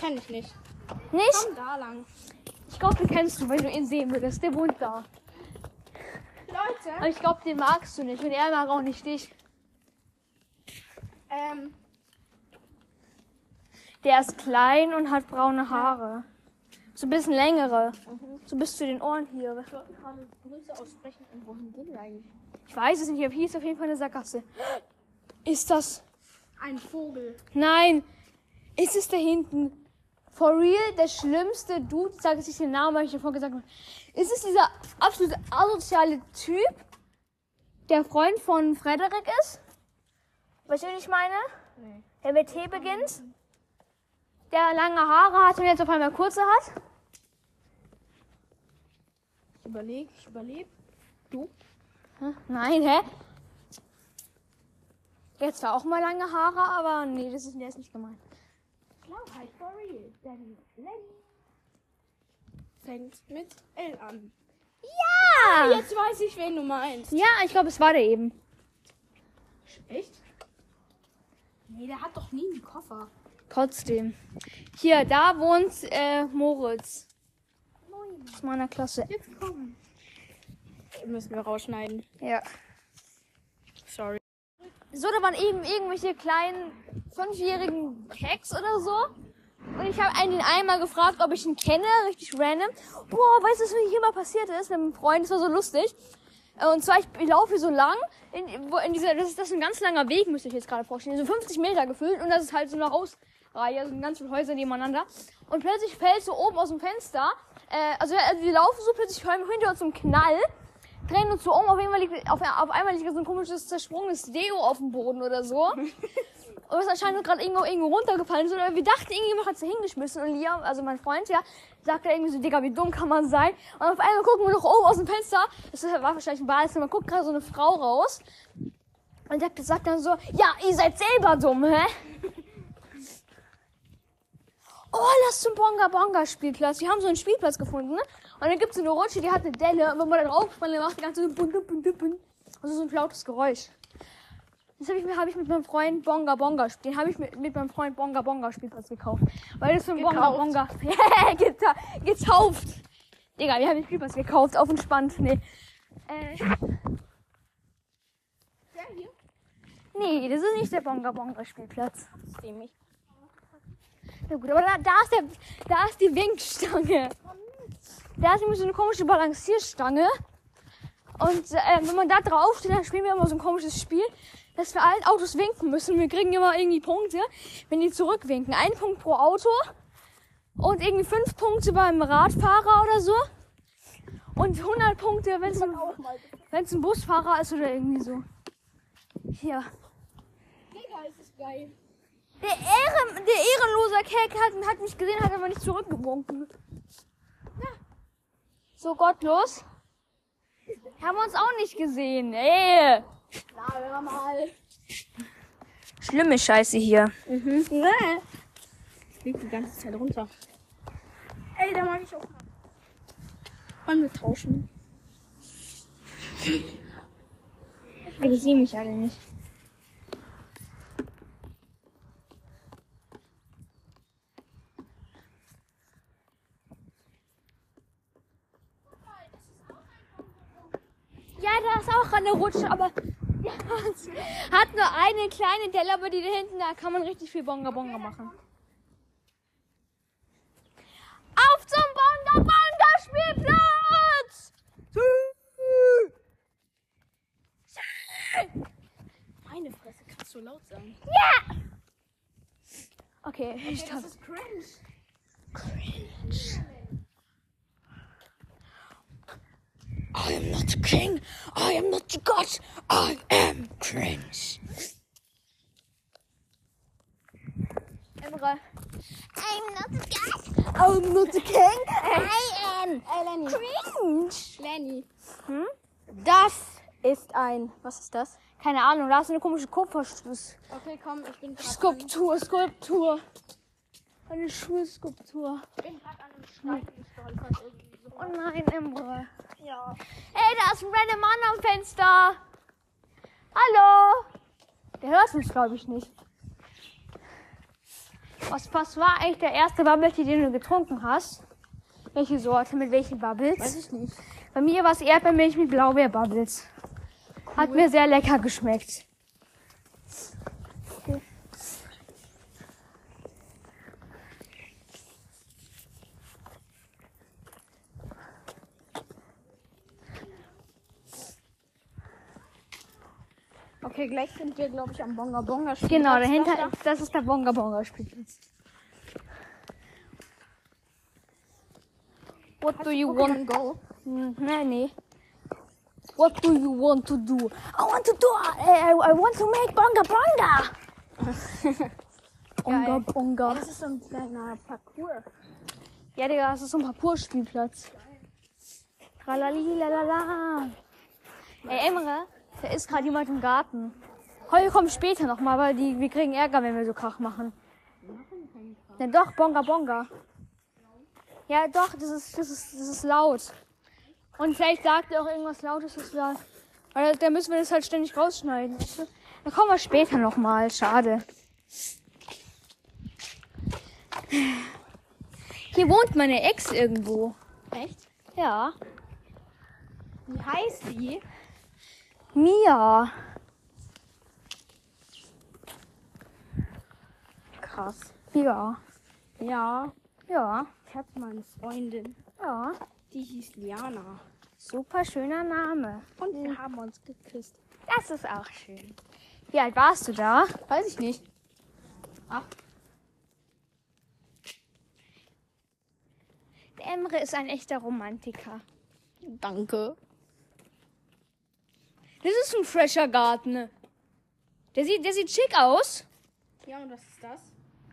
B: Kenn ich nicht.
E: Nicht?
B: Komm da lang.
E: Ich glaube, den kennst du, wenn du ihn sehen würdest. Der wohnt da.
B: Leute,
E: Aber ich glaube, den magst du nicht und er mag auch nicht dich.
B: ähm,
E: Der ist klein und hat braune Haare. So ein bisschen längere. So bis zu den Ohren hier.
B: ich wollte gerade Grüße aussprechen. Und wohin gehen wir eigentlich?
E: Ich weiß es nicht, aber hier ist auf jeden Fall eine Sackgasse. Ist das.
B: Ein Vogel.
E: Nein! Ist es da hinten? For real, der schlimmste Dude, ich sage jetzt nicht den Namen, weil ich davor gesagt habe. Ist es dieser absolute asoziale Typ, der Freund von Frederik ist? Weißt du, wen ich meine? Der mit T beginnt? Der lange Haare hat und jetzt auf einmal kurze hat?
B: Ich überlege, ich überlebe.
E: Nein, hä? Der hat zwar auch mal lange Haare, aber nee, das ist, der ist nicht gemeint.
B: Klarheit Oh, for real. Denn Lenny fängt mit L an.
E: Ja!
B: Ah, Jetzt weiß ich, wen du meinst.
E: Ja, ich glaube, es war der eben.
B: Echt? Nee, der hat doch nie einen Koffer.
E: Trotzdem. Hier, da wohnt äh, Moritz. Aus meiner Klasse.
B: Müssen wir rausschneiden.
E: Ja.
B: Sorry.
E: So, da waren eben irgendwelche kleinen fünfjährigen Keks oder so. Und ich habe einen den einmal gefragt, ob ich ihn kenne, richtig random. Boah, weißt du, was mir hier mal passiert ist mit einem Freund? Das war so lustig. Äh, Und zwar, ich, ich laufe hier so lang, in, wo, in dieser, das ist, das ist ein ganz langer Weg, müsst ihr euch jetzt gerade vorstellen, so 50 Meter gefühlt und das ist halt so eine Hausreihe, also ganz viele Häuser nebeneinander. Und also plötzlich fällt so oben aus dem Fenster, äh, also, äh, wir laufen so, plötzlich hören wir hinter uns so einen Knall drehen uns so um. Auf einmal liegt, auf, auf einmal liegt so ein komisches zersprungenes Deo auf dem Boden oder so. und es anscheinend gerade irgendwo, irgendwo runtergefallen ist. Oder wir dachten, irgendjemand hat es hingeschmissen. Und Liam, also mein Freund, ja, sagt da irgendwie so, Digga, wie dumm kann man sein? Und auf einmal gucken wir nach oben aus dem Fenster. Es war wahrscheinlich ein Badezimmer. Guckt gerade so eine Frau raus. Und sagt, sagt dann so, ja, ihr seid selber dumm, hä? oh, lass zum Bonga Bonga Spielplatz. Wir haben so einen Spielplatz gefunden. Ne? Und dann gibt's so eine Rutsche, die hat eine Delle. Und wenn man da draufspringt, dann macht die ganze so bun, bun, bun, bun. Also so ein lautes Geräusch. Das habe ich mir, habe ich mit meinem Freund Bonga Bonga spielen, habe ich mit, mit meinem Freund Bonga Bonga Spielplatz gekauft, weil das für ein Bonga
A: Gekauft.
E: Bonga geta getauft. Digga, wir haben den Spielplatz gekauft, auf entspannt, nee. Äh. Nee, das ist nicht der Bonga Bonga Spielplatz. Na gut, aber da, da, ist der, da ist die Winkstange. Da ist nämlich so eine komische Balancierstange. Und äh, wenn man da draufsteht, dann spielen wir immer so ein komisches Spiel, dass wir allen Autos winken müssen. Wir kriegen immer irgendwie Punkte, wenn die zurückwinken. Ein Punkt pro Auto und irgendwie fünf Punkte beim Radfahrer oder so. Und 100 Punkte, wenn es ein, wenn's ein Busfahrer ist oder irgendwie so. Ja.
A: Digga, ist das geil.
E: Der, Ehren, der ehrenlose Kerl hat, hat mich gesehen, hat aber nicht zurückgewunken. So gottlos. Haben wir uns auch nicht gesehen. Ey.
A: Na, hör mal.
E: Schlimme Scheiße hier.
B: Fliegt die ganze Zeit runter.
A: Ey, da mag ich auch.
B: Wollen wir tauschen?
E: Ich sehe mich alle nicht. Ja, da ist auch eine Rutsche, aber die hat hat nur eine kleine Delle, aber die da hinten, da kann man richtig viel Bonga Bonga machen. Auf zum Bonga Bonga Spielplatz!
B: Meine Fresse, kannst du laut sagen.
E: Okay, ich stopp.
A: Das ist cringe.
F: I am not the king. I am not the god. I am cringe.
E: Emre.
F: I'm not the god. I'm not the king. I am cringe.
B: Ähm, äh, Lenny.
E: Hm?
B: Das ist ein. Was ist das?
E: Keine Ahnung, da ist eine komische Kupferskulptur.
B: Okay, komm, ich bin grad
E: Skulptur. Eine Schulskulptur. Hm.
A: Ich bin gerade an einem Stein gestolpert irgendwie so.
E: Oh nein, Emre.
A: Ja.
E: Ey, da ist ein random Mann am Fenster. Hallo. Der hört uns, glaube ich, nicht. Was, was war eigentlich der erste Bubble-Tee, den du getrunken hast? Welche Sorte, mit welchen Bubbles?
B: Weiß ich nicht.
E: Bei mir war es Erdbeermilch mit Blaubeerbubbles. Hat mir sehr lecker geschmeckt.
B: Okay, gleich sind wir, glaube ich, am Bonga Bonga Spielplatz.
E: Genau, dahinter, das ist der Bonga Bonga Spielplatz. What do you want?
B: Pokémon Go.
E: Hm, Nee, nee. What do you want to do? I want to do, I, I want to make Bonga Bonga. Bonga Bonga.
B: Das ist so ein kleiner Parcours.
E: Ja, Digga, das ist so ein Parcours-Spielplatz. Tralalilalala. Ey, Emre, da ist gerade jemand im Garten. Heute kommt später nochmal, weil die, wir kriegen Ärger, wenn wir so Krach machen. Na doch, Bonga Bonga. Ja, doch, das ist, das ist, das ist laut. Und vielleicht sagt er auch irgendwas Lautes, das da. Weil da müssen wir das halt ständig rausschneiden. weißt du? Da kommen wir später nochmal, schade. Hier wohnt meine Ex irgendwo.
B: Echt?
E: Ja.
B: Wie heißt die?
E: Mia.
B: Krass.
E: Ja.
B: Ja,
E: Ja.
B: ich hatte mal eine Freundin,
E: Ja.
B: die hieß Liana.
E: Super schöner Name.
B: Und wir haben uns geküsst.
E: Das ist auch schön. Wie alt warst du da?
B: Weiß ich nicht.
E: Der Emre ist ein echter Romantiker.
B: Danke.
E: Das ist ein fresher Garten. Der sieht, der sieht schick aus.
B: Ja, und was ist das?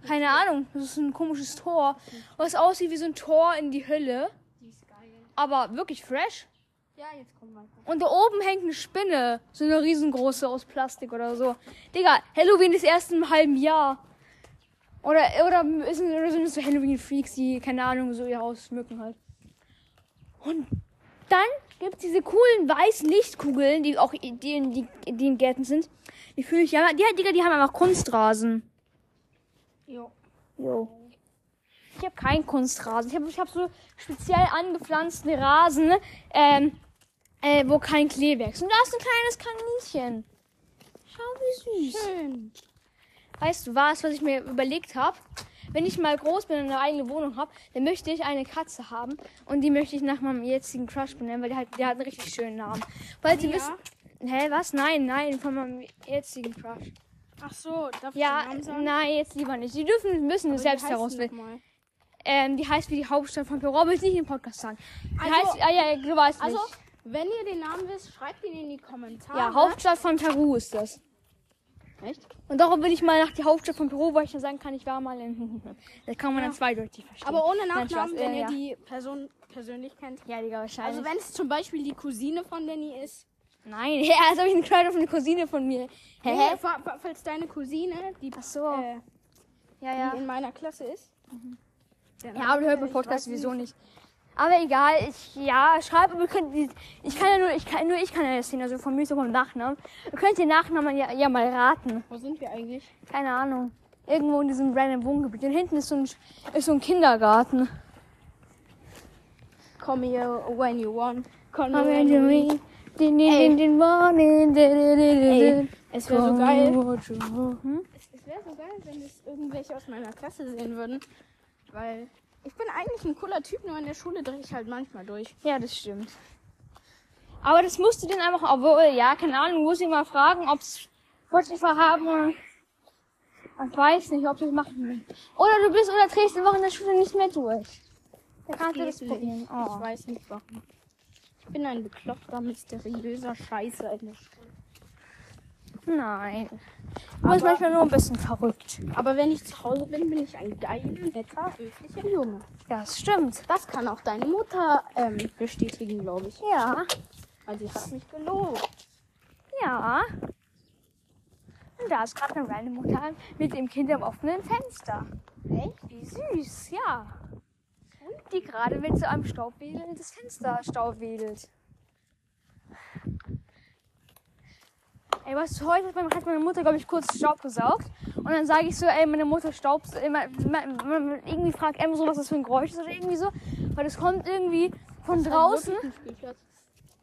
E: Keine Ahnung, das ist ein komisches Tor, was aussieht wie so ein Tor in die Hölle. Aber wirklich fresh.
A: Ja, jetzt kommt mal.
E: Und da oben hängt eine Spinne. So eine riesengroße aus Plastik oder so. Digga, Halloween ist erst im halben Jahr. Oder, oder, ist, oder sind es so Halloween-Freaks, die, keine Ahnung, so ihr Haus schmücken halt. Und dann gibt's diese coolen weißen Lichtkugeln, die auch i- die in, die, die in Gärten sind. Die fühle ich ja. Die, Digga, die haben einfach Kunstrasen.
A: Jo.
E: Jo. Ich habe keinen Kunstrasen. Ich habe ich hab so speziell angepflanzten Rasen, ähm, äh, wo kein Klee wächst. Und da ist ein kleines Kaninchen. Schau, wie süß. Schön. Weißt du was, was ich mir überlegt habe? Wenn ich mal groß bin und eine eigene Wohnung habe, dann möchte ich eine Katze haben. Und die möchte ich nach meinem jetzigen Crush benennen, weil die, halt, die hat einen richtig schönen Namen. Weil sie wissen... Hä, was? Nein, nein, von meinem jetzigen Crush.
B: Ach so, darf
E: Ja,
B: ich den Namen sagen?
E: nein, jetzt lieber nicht. Die dürfen, müssen es
B: Wie
E: selbst
B: heißt die
E: herausfinden.
B: nochmal?
E: Ähm, die heißt wie die Hauptstadt von Peru, aber ich nicht im Podcast sagen. Die
B: Also-
E: heißt, ah ja, du weißt
B: Also,
E: nicht.
B: wenn ihr den Namen wisst, schreibt ihn in die Kommentare.
E: Ja, Hauptstadt von Peru ist das.
B: Echt?
E: Und darum will ich mal nach die Hauptstadt von Peru, weil ich dann sagen kann, ich war mal in. Das kann man dann zweideutig verstehen.
B: Aber ohne
E: Nein, Spaß,
B: Nachnamen, wenn
E: äh,
B: ihr
E: ja.
B: die Person persönlich kennt.
E: Ja, Digga, wahrscheinlich.
B: Also wenn es zum Beispiel die Cousine von Danny ist.
E: Nein, ja, als ob ich einen Credit auf eine Cousine von mir. Hä?
B: Nee, fa- fa- falls deine Cousine, die
E: Ach so.
B: äh,
E: ja,
B: die
E: ja.
B: in meiner Klasse ist.
E: Ja, aber du hörst meinen Podcast sowieso nicht. Aber egal, ich, ja, schreib, wir können, ich kann ja nur, ich kann, nur ich kann ja das sehen, also von mir ist sogar ein Nachnamen. Ihr könnt den Nachnamen ja, ja mal raten.
B: Wo sind wir eigentlich?
E: Keine Ahnung. Irgendwo in diesem random Wohngebiet. Und hinten ist so ein, ist so ein Kindergarten.
B: Come here when you want. Come,
E: Come
B: here
E: to
B: when you
E: me. Din, din, din, din, morning. Din, din, din, din.
B: Es wäre so geil.
E: Hm?
B: Es, es wäre so geil, wenn es irgendwelche aus meiner Klasse sehen würden. Weil ich bin eigentlich ein cooler Typ, nur in der Schule drehe ich halt manchmal durch.
E: Ja, das stimmt. Aber das musst du denn einfach, obwohl, ja, keine Ahnung, muss ich mal fragen, ob's Spotify haben. oder- Ich weiß nicht, ob das machen. Oder du bist oder drehst eine Woche in der Schule nicht mehr durch. Dann kannst du das
B: Geht nicht.
E: probieren.
B: Ich
E: Oh.
B: weiß nicht warum. Ich bin ein bekloppter, mysteriöser Scheiße in der Schule.
E: Nein. Du bist manchmal nur ein bisschen verrückt.
B: Aber wenn ich zu Hause bin, bin ich ein geiler, netter, höflicher Junge.
E: Das stimmt.
B: Das kann auch deine Mutter ähm, bestätigen, glaube ich.
E: Ja.
B: Also ich habe mich gelobt.
E: Ja. Und da ist gerade eine random Mutter mit dem Kind am offenen Fenster. Echt? Wie süß, ja. Die gerade mit so einem Staubwedel das Fenster staubwedelt. Ey, was heute hat meine- hat meine Mutter, glaube ich, kurz Staub gesaugt. Und dann sage ich so, ey, meine Mutter staubt. so immer- man- man- man- Irgendwie fragt Emma so, was das für ein Geräusch ist oder irgendwie so. Weil das kommt irgendwie von draußen.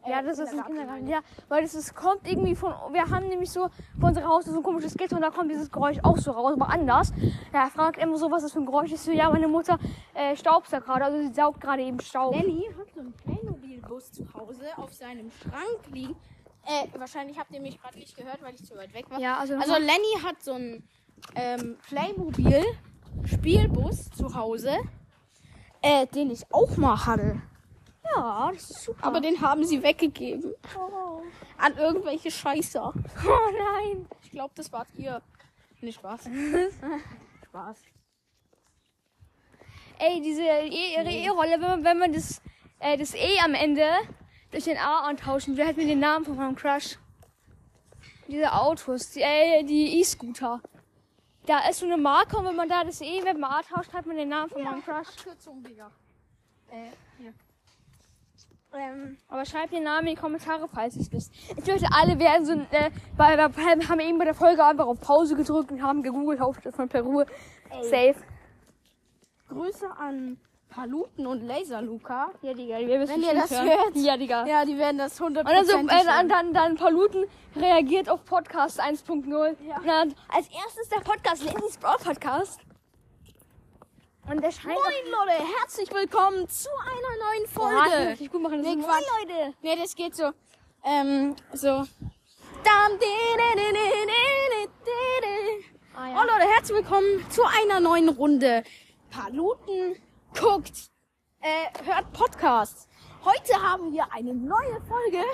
E: Ja,
B: Äh,
E: das ist ein Äh, Kindergarten. Ja, weil es, es kommt irgendwie von. Wir haben nämlich so von unserem Haus so ein komisches Gitter und da kommt dieses Geräusch auch so raus, aber anders. Da fragt immer so, was das für ein Geräusch ist. So, ja, meine Mutter äh, staubt da gerade, also sie saugt gerade eben Staub.
B: Lenny hat so einen Playmobil-Bus zu Hause auf seinem Schrank liegen. Äh, wahrscheinlich habt ihr mich gerade nicht gehört, weil ich zu weit weg war.
E: Ja, also,
B: Also Lenny hat so einen ähm, Playmobil-Spielbus zu Hause, äh, den ich auch mal hatte.
E: ja, das ist super.
B: Aber den haben sie weggegeben. An irgendwelche Scheißer.
E: oh nein.
B: Ich glaube, das wart ihr. Nee, Spaß. Spaß.
E: Ey, diese e ihre E-Rolle, wenn man, wenn man das, äh, das E am Ende durch den A antauschen würde, hätten wir den Namen von meinem Crush. Diese Autos, die äh, die E-Scooter. Da ist so eine Marke und wenn man da das E mit dem A tauscht, hat man den Namen von meinem Crush.
B: Kürzung, Digga.
E: Aber schreibt den Namen in die Kommentare, falls ihr es wisst. Ich möchte alle werden so, äh, bei, bei, haben eben bei der Folge einfach auf Pause gedrückt und haben gegoogelt, Hauptstadt von Peru. Safe.
B: Grüße an Paluten und Laser Luca.
E: Ja, Digga, wir müssen
B: Wenn ihr das
E: hören.
B: hört.
E: Ja, Digga.
B: Ja, die werden das 100%
E: Und dann, so,
B: hören.
E: äh, dann, dann, dann Paluten reagiert auf Podcast 1.0.
B: Ja.
E: Und dann als erstes der Podcast, Lenny's Brawl Podcast. Und der scheint
B: Moin Leute, herzlich willkommen zu einer neuen
E: Folge.
B: Folge.
E: richtig gut machen. Oh, Das
B: Nee,
E: ist-
B: Quatsch.
E: Leute.
B: Nee, das geht so. Ähm, so. Dam, di, di, di, di, di, di, di.
E: Ah,
B: Oh
E: ja.
B: Leute, herzlich willkommen zu einer neuen Runde. Paluten guckt, äh, hört Podcasts. Heute haben wir eine neue Folge.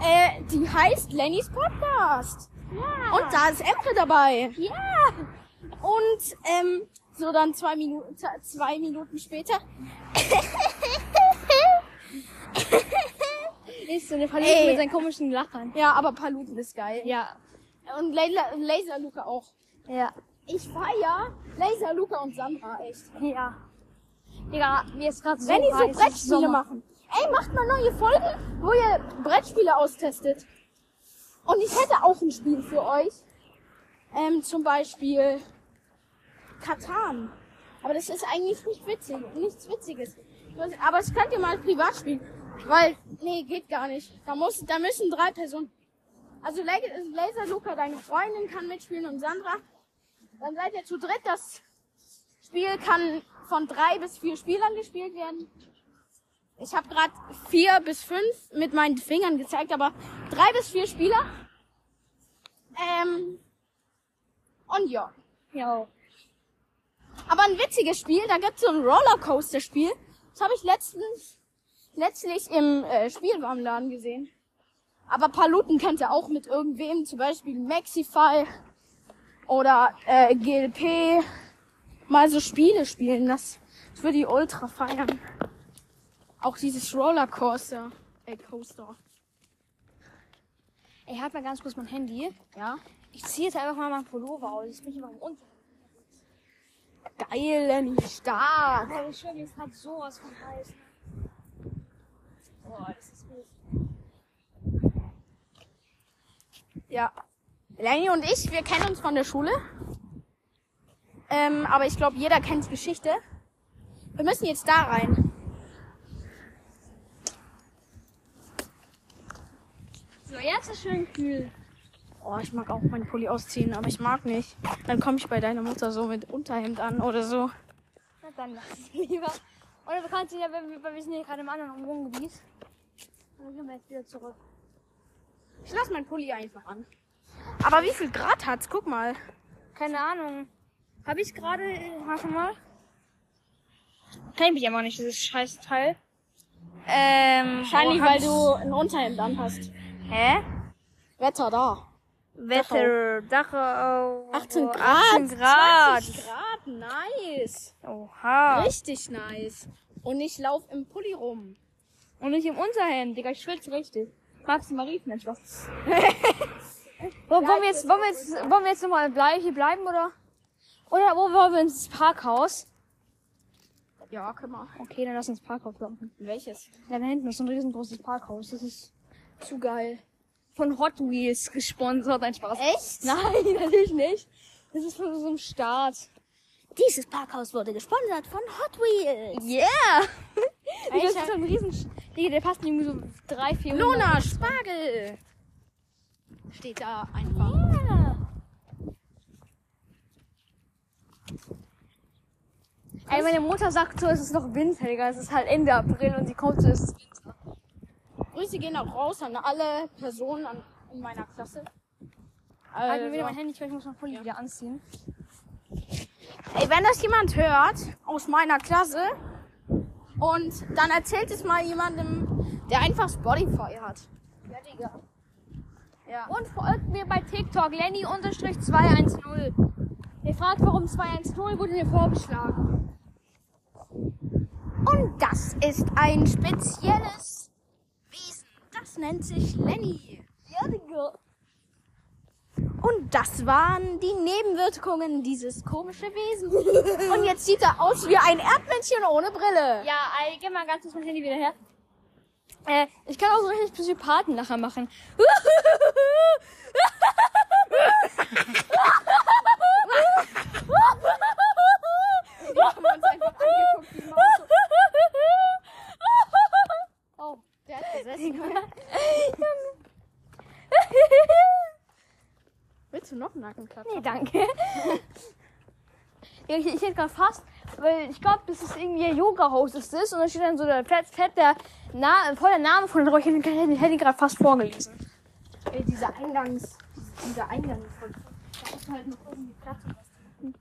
B: Äh, die heißt Lennys Podcast. Ja. Und da ist Emre dabei. Ja. Und, ähm, so dann zwei Minuten, zwei Minuten später
E: Ist so eine Palette
B: Ey.
E: mit seinen komischen Lachern.
B: Ja, aber Paluten ist geil.
E: Ja.
B: Und Laser, Laser Luca auch.
E: Ja.
B: Ich feier Laser Luca und Sandra, echt.
E: Ja. Digga, mir ist gerade so
B: Wenn die so
E: heiß, es ist
B: Brettspiele
E: Sommer.
B: machen. Ey, macht mal neue Folgen, wo ihr Brettspiele austestet. Und ich hätte auch ein Spiel für euch. Ähm, zum Beispiel Katan. Aber das ist eigentlich nicht witzig, nichts Witziges. Das- Aber das könnt ihr mal privat spielen. Weil, nee, geht gar nicht. Da, muss, da müssen drei Personen. Also La- Laser Luca, deine Freundin kann mitspielen und Sandra. Dann seid ihr zu dritt. Das Spiel kann von drei bis vier Spielern gespielt werden. Ich habe gerade vier bis fünf mit meinen Fingern gezeigt, aber drei bis vier Spieler. Ähm, und ja.
E: Ja.
B: Aber ein witziges Spiel, da gibt's so ein Rollercoaster-Spiel. Das habe ich letztens, letztlich im äh, Spielwarenladen gesehen. Aber Paluten kennt ihr auch mit irgendwem, zum Beispiel Maxify oder äh, GLP. Mal so Spiele spielen, das, das würde ich ultra feiern. Auch dieses Rollercoaster. Äh, Coaster.
E: Ich hab halt mal ganz kurz mein Handy.
B: Ja.
E: Ich ziehe jetzt einfach mal meinen Pullover aus. Jetzt bin ich immer im Unter.
B: Geil, Lenny, stark.
E: Aber ich schwöre, mir ist grad sowas von ne? heiß.
B: Ja. Lenny und ich, wir kennen uns von der Schule. Ähm, aber ich glaube, jeder kennt Geschichte. Wir müssen jetzt da rein.
E: So, jetzt ist schön kühl.
B: Oh, ich mag auch meinen Pulli ausziehen, aber ich mag nicht. Dann komme ich bei deiner Mutter so mit Unterhemd an oder so.
E: Na, dann lass es lieber. Oder wir kannst ja, wenn wir, weil wir sind hier gerade im anderen Wohngebiet. Dann gehen wir jetzt wieder zurück.
B: Ich lasse meinen Pulli einfach an. Aber wie viel Grad hat's? Guck mal.
E: Keine Ahnung. Habe ich gerade. äh, Warte mal. Kenn mich einfach nicht, dieses scheiß Teil. Ähm.
B: Wahrscheinlich,
E: wo
B: weil
E: hab's-
B: du ein Unterhemd anhast.
E: Hä?
B: Wetter da.
E: Wetter, Dachau. Ah,
B: 18 Grad.
E: 18 Grad.
B: 20 Oh, Grad, nice.
E: Oha.
B: Richtig nice. Und ich lauf im Pulli rum.
E: Und nicht im Unterhemd, Digga, ich schwitze richtig. Magst du Marie, Mensch, was? so, wollen wir jetzt, wollen wir jetzt, wollen wir jetzt nochmal bleib, hier bleiben, oder? Oder wo wollen wir ins Parkhaus?
B: Ja, guck mal.
E: Okay, dann lass uns Parkhaus laufen.
B: Welches?
E: Da hinten ist so ein riesengroßes Parkhaus. Das ist
B: Zu geil.
E: von Hot Wheels gesponsert. Nein, Spaß.
F: Echt?
E: Nein, natürlich nicht. Das ist von so einem Staat.
F: Dieses Parkhaus wurde gesponsert von Hot Wheels.
E: Yeah! Digga, das
B: Welcher?
E: ist so ein riesen... Digga, der passt irgendwie so drei, vier...
B: Lona Spargel. Steht da einfach.
E: Ey, meine Mutter sagt so, es ist noch Winter, Digga. Es ist halt Ende April und sie kommt so, es ist Winter.
B: Grüße gehen auch raus an alle Personen an, in meiner Klasse.
E: Halt
B: Also.
E: mir wieder mein Handy, ich glaub, ich muss mein Pulli wieder anziehen.
B: Ey, wenn das jemand hört aus meiner Klasse und dann erzählt es mal jemandem, der einfach Spotify hat.
E: Ja, Digga.
B: Ja.
E: Und folgt mir bei TikTok, Lenny-210. Ihr fragt, warum 210 wurde mir vorgeschlagen.
B: Und das ist ein spezielles Wesen. Das nennt sich Lenny.
E: Ja, Digga.
B: Und das waren die Nebenwirkungen dieses komische Wesen. Und jetzt sieht er aus wie ein Erdmännchen ohne Brille.
E: Ja, ey, gib mal ganz kurz mein Handy wieder her. Äh, ich kann auch so richtig Psychopathenlacher machen.
B: Oh, der hat gesessen. Willst du noch einen Nackenklatscher?
E: Nee, danke. ja, ich, ich hätte gerade fast, weil ich glaube, das ist irgendwie ein Yoga-Haus, ist das? Und da steht dann so der fett, fett der Na voller Name von der Räuchern, hätte hätte ich gerade fast vorgelesen.
B: Ey, dieser Eingangs... Dieser Eingang ist voll- Da muss man halt noch irgendwie Platz und was drin.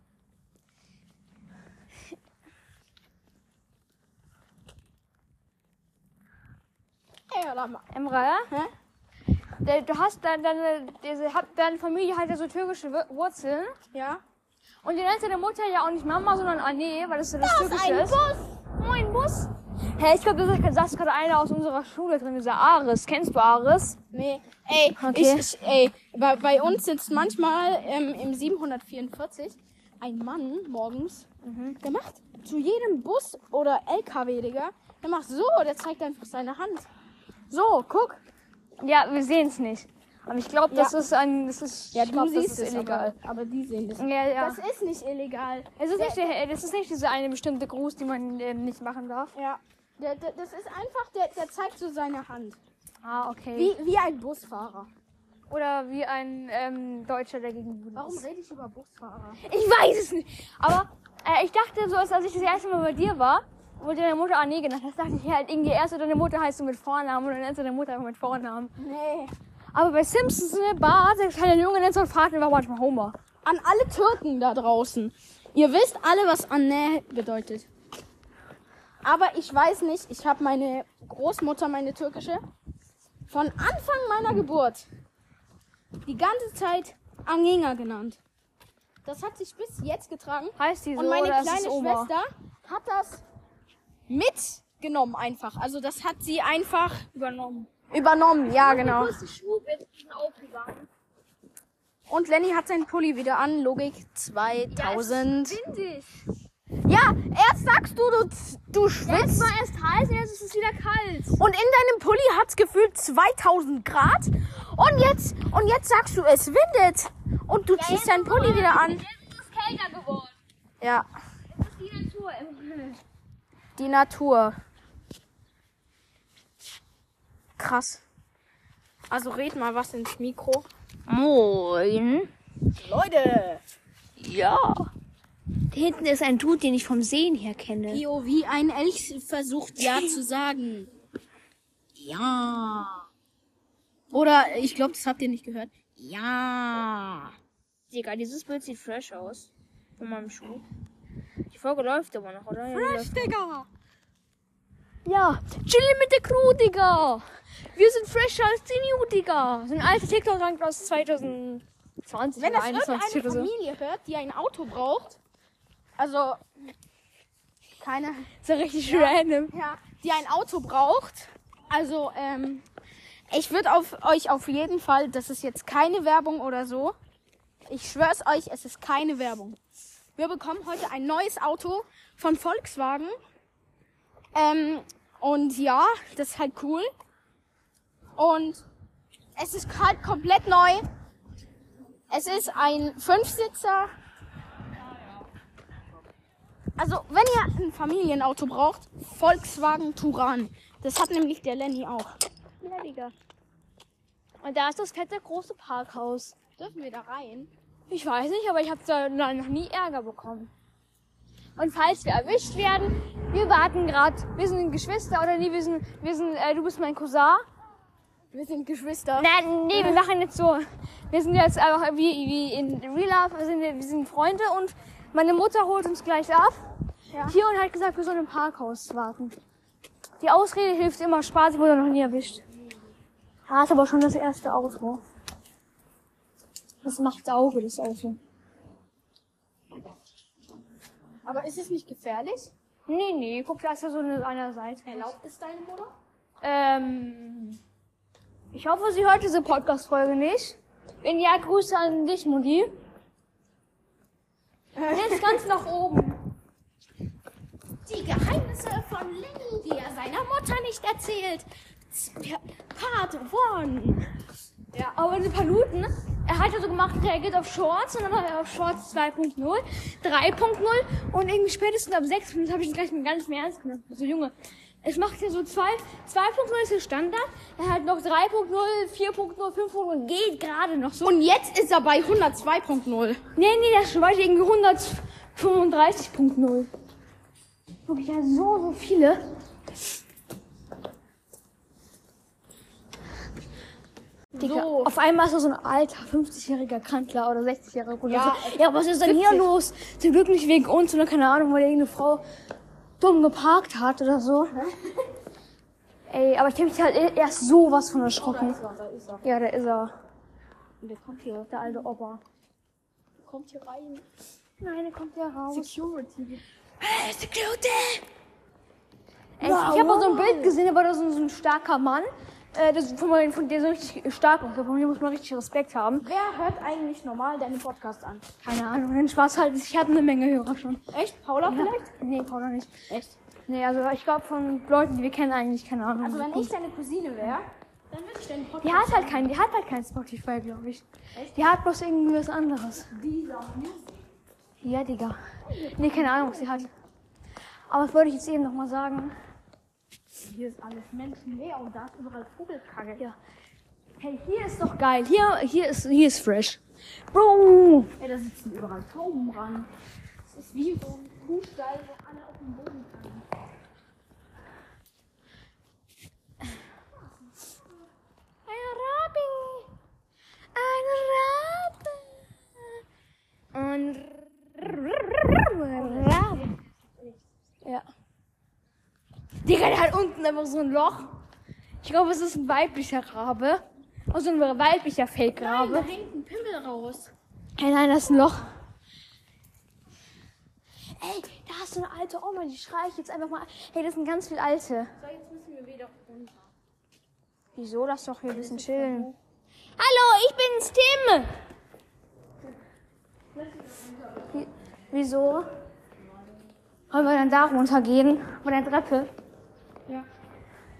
B: Ey, oder mal.
E: Emra, ja?
B: Hä?
E: der- du hast dann deine, diese, hab, deine Familie hat ja so türkische Wur- Wurzeln.
B: Ja.
E: Und die nennt deine Mutter ja auch nicht Mama, sondern Anne, weil das so das
F: Da ist
E: Türkische
F: ein
E: ist.
F: Bus.
E: Oh, ein Bus. Hey, ich glaube, da saß gerade einer aus unserer Schule drin, dieser Ares. Kennst du Ares?
B: Nee. Ey,
E: Okay.
B: ich, ich, ey bei, bei uns sitzt manchmal ähm, im 744 ein Mann morgens,
E: Mhm.
B: der macht zu jedem Bus oder LKW, Digga, der macht so, der zeigt einfach seine Hand. So, guck.
E: Ja, wir sehen es nicht. Aber ich glaube, das ist ein, das ist,
B: Ja,
E: ich
B: du
E: glaub,
B: siehst
E: das ist
B: es,
E: illegal.
B: Aber, aber die sehen das.
E: Ja, ja.
B: Das ist nicht illegal.
E: es ist nicht, der, das ist nicht dieser eine bestimmte Gruß, die man ähm, nicht machen darf.
B: Ja. Der, der, das ist einfach, der, der zeigt so seine Hand.
E: Ah, okay.
B: Wie, wie ein Busfahrer.
E: Oder wie ein ähm, Deutscher, der gegen Juden
B: Warum
E: ist.
B: rede ich über Busfahrer?
E: Ich weiß es nicht. Aber äh, ich dachte so, als als ich das erste Mal bei dir war, wo du deine Mutter Anne genannt hast, dachte ich ja, halt irgendwie erst deine Mutter heißt du mit Vornamen und dann nennst du deine Mutter einfach mit Vornamen.
B: Nee.
E: Aber bei Simpsons in der Bar, der kleine Junge nennt seinen Vater einfach manchmal Homer.
B: An alle Türken da draußen. Ihr wisst alle, was Anne bedeutet. Aber ich weiß nicht, ich habe meine Großmutter, meine türkische, von Anfang meiner Geburt die ganze Zeit Angenga genannt. Das hat sich bis jetzt getragen.
E: Heißt die so
B: Und meine
E: oder
B: kleine
E: ist es Oma?
B: Schwester hat das mitgenommen einfach. Also das hat sie einfach
A: Übernommen.
B: übernommen. Ja, genau.
A: Wo ist die Schulbinden aufgegangen?
B: Und Lenny hat seinen Pulli wieder an. Logik 2000.
A: Windig.
B: Ja, erst sagst du, du, du schwitzt.
A: War erst heiß, jetzt ist es wieder kalt.
B: Und in deinem Pulli hat's gefühlt 2000 Grad. Und jetzt, und jetzt sagst du, es windet. Und du ziehst deinen Pulli wieder an.
A: Jetzt ist es kälter geworden.
B: Ja,
A: Das ist die Natur im Himmel.
B: die Natur. Krass. Also red mal was ins Mikro.
E: Moin.
B: Leute.
E: Ja. Hinten ist ein Dude, den ich vom Sehen her kenne.
B: Io, wie ein Elch versucht, ja zu sagen. Ja. Oder, ich glaube, das habt ihr nicht gehört. Ja.
E: Digga, dieses Bild sieht fresh aus. Von meinem Schuh. Die Folge läuft aber noch, oder? Fresh,
B: Digga.
E: Ja, chillen mit der Crew, Digga. Wir sind fresher als die New, Digga. So ein alter TikTok-Rank aus 2020
B: Wenn
E: oder
B: das
E: 21
B: irgendeine
E: oder so.
B: Familie hört, die ein Auto braucht, also keine,
E: So richtig random.
B: ja, die ein Auto braucht, also ähm, ich würde auf euch auf jeden Fall, das ist jetzt keine Werbung oder so, ich schwör's euch, es ist keine Werbung. Wir bekommen heute ein neues Auto von Volkswagen ähm, und ja, das ist halt cool und es ist halt komplett neu. Es ist ein Fünfsitzer. Also, wenn ihr ein Familienauto braucht, Volkswagen Touran. Das hat nämlich der Lenny auch.
E: Ja, Digga. Und da ist das fette große Parkhaus.
B: Dürfen wir da rein?
E: Ich weiß nicht, aber ich habe da noch noch nie Ärger bekommen. Und falls wir erwischt werden, wir warten gerade. Wir sind Geschwister oder nee, wir sind, wir sind, äh, du bist mein Cousin.
B: Wir sind Geschwister.
E: Nein, nee, wir machen jetzt so. Wir sind jetzt einfach wie, wie in Real Life, wir sind, wir sind Freunde und meine Mutter holt uns gleich ab. Hier und hat gesagt, wir sollen im Parkhaus warten. Die Ausrede hilft immer, Spaß, ich wurde noch nie erwischt. Ja, ist aber schon das erste Auto. Das macht das Auge, das Auto.
B: Aber ist es nicht gefährlich?
E: Nee, nee, guck, da ist ja so eine, einer Seite.
B: Erlaubt es deine Mutter?
E: Ähm, ich hoffe, sie hört diese Podcast-Folge nicht. Wenn ja, Grüße an dich, Mutti. Jetzt ganz nach oben.
C: Die Geheimnisse von Lenny, die er seiner Mutter nicht erzählt. Part 1.
E: Ja, aber diese Paluten, er hat ja so gemacht, reagiert auf Shorts und dann war er auf Shorts 2.0, 3.0 und irgendwie spätestens ab 6 Minuten habe ich ihn gleich mal ganz mehr ernst genommen. So, Junge, es macht ja so 2, 2.0 ist der Standard, er hat noch 3.0, 4.0, 5.0, geht gerade noch so.
B: Und jetzt ist er bei 102.0.
E: Nee, nee, das ist schon weiter irgendwie 135.0. Wirklich ja so, so viele. Digga,
B: So.
E: auf einmal ist da so ein alter 50-jähriger Krantler oder 60-jähriger oder
B: Ja,
E: so. Ja, was ist denn hier
B: 70.
E: los? Zum Glück nicht wegen uns, sondern keine Ahnung, weil irgendeine Frau dumm geparkt hat oder so. Ey, aber ich hab mich halt e- erst sowas von erschrocken.
A: So, da ist er.
E: Ja, da ist er.
A: Der kommt hier,
E: Der alte Opa.
A: kommt hier rein.
E: Nein, er kommt ja raus.
A: Security.
E: Ey, ich habe mal so ein Bild gesehen, da war da so, so ein starker Mann. Äh, das von, meinem- von der so richtig stark aus. Von mir muss man richtig Respekt haben.
B: Wer hört eigentlich normal deinen Podcast an?
E: Keine Ahnung, den Spaß halt. Ich hatte eine Menge Hörer schon.
B: Echt? Paula vielleicht?
E: Nee, Paula nicht.
B: Echt?
E: Nee, also ich glaube von Leuten, die wir kennen eigentlich, keine Ahnung.
B: Also wenn ich deine Cousine wäre, dann würde ich deinen Podcast.
E: Die hat halt kein, die hat halt kein Spotify, glaube ich. Die hat bloß irgendwie was anderes. Ja, Digga. Nee, keine Ahnung, was sie hat. Aber das wollte ich jetzt eben nochmal sagen.
B: Hier ist alles menschenleer und da ist überall Vogelkacke.
E: Ja. Hey, hier ist doch geil. Hier, hier ist, hier ist fresh. Bro.
B: Ey, da sitzen überall Tauben ran. Das ist wie so ein Kuhstall, wo alle auf dem Boden liegen.
E: Eine Rabe. Eine Rabe. Und Rabe. Ja. Digga, der hat unten einfach so ein Loch. Ich glaube, es ist ein weiblicher Rabe. Also ein weiblicher Fake-Rabe.
B: Da hängt ein Pimmel raus.
E: Hey, nein, das ist ein Loch. Ey, da ist so eine alte Oma, die schreie ich jetzt einfach mal. an. Hey, das sind ganz viele Alte.
B: So, jetzt müssen wir wieder runter.
E: Wieso? Lass doch hier ein bisschen chillen. Hallo, ich bin's, Tim. Wie- Wieso? Wollen wir dann da runtergehen? Von der Treppe?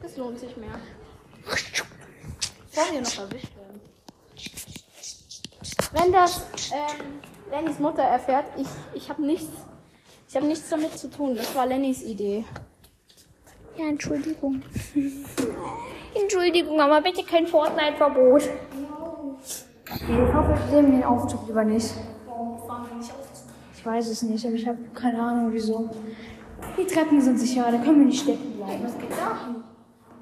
B: Das lohnt sich mehr. Vor dir noch erwischt werden. Wenn das ähm, Lennys Mutter erfährt, ich, ich habe nichts, ich habe nichts damit zu tun. Das war Lennys Idee.
E: Ja, Entschuldigung. Entschuldigung, aber bitte kein Fortnite-Verbot. Ich hoffe, ich nehme den Aufzug lieber nicht. Ich weiß es nicht, aber ich habe keine Ahnung wieso. Die Treppen sind sicher, da können wir nicht stecken bleiben. Was geht da?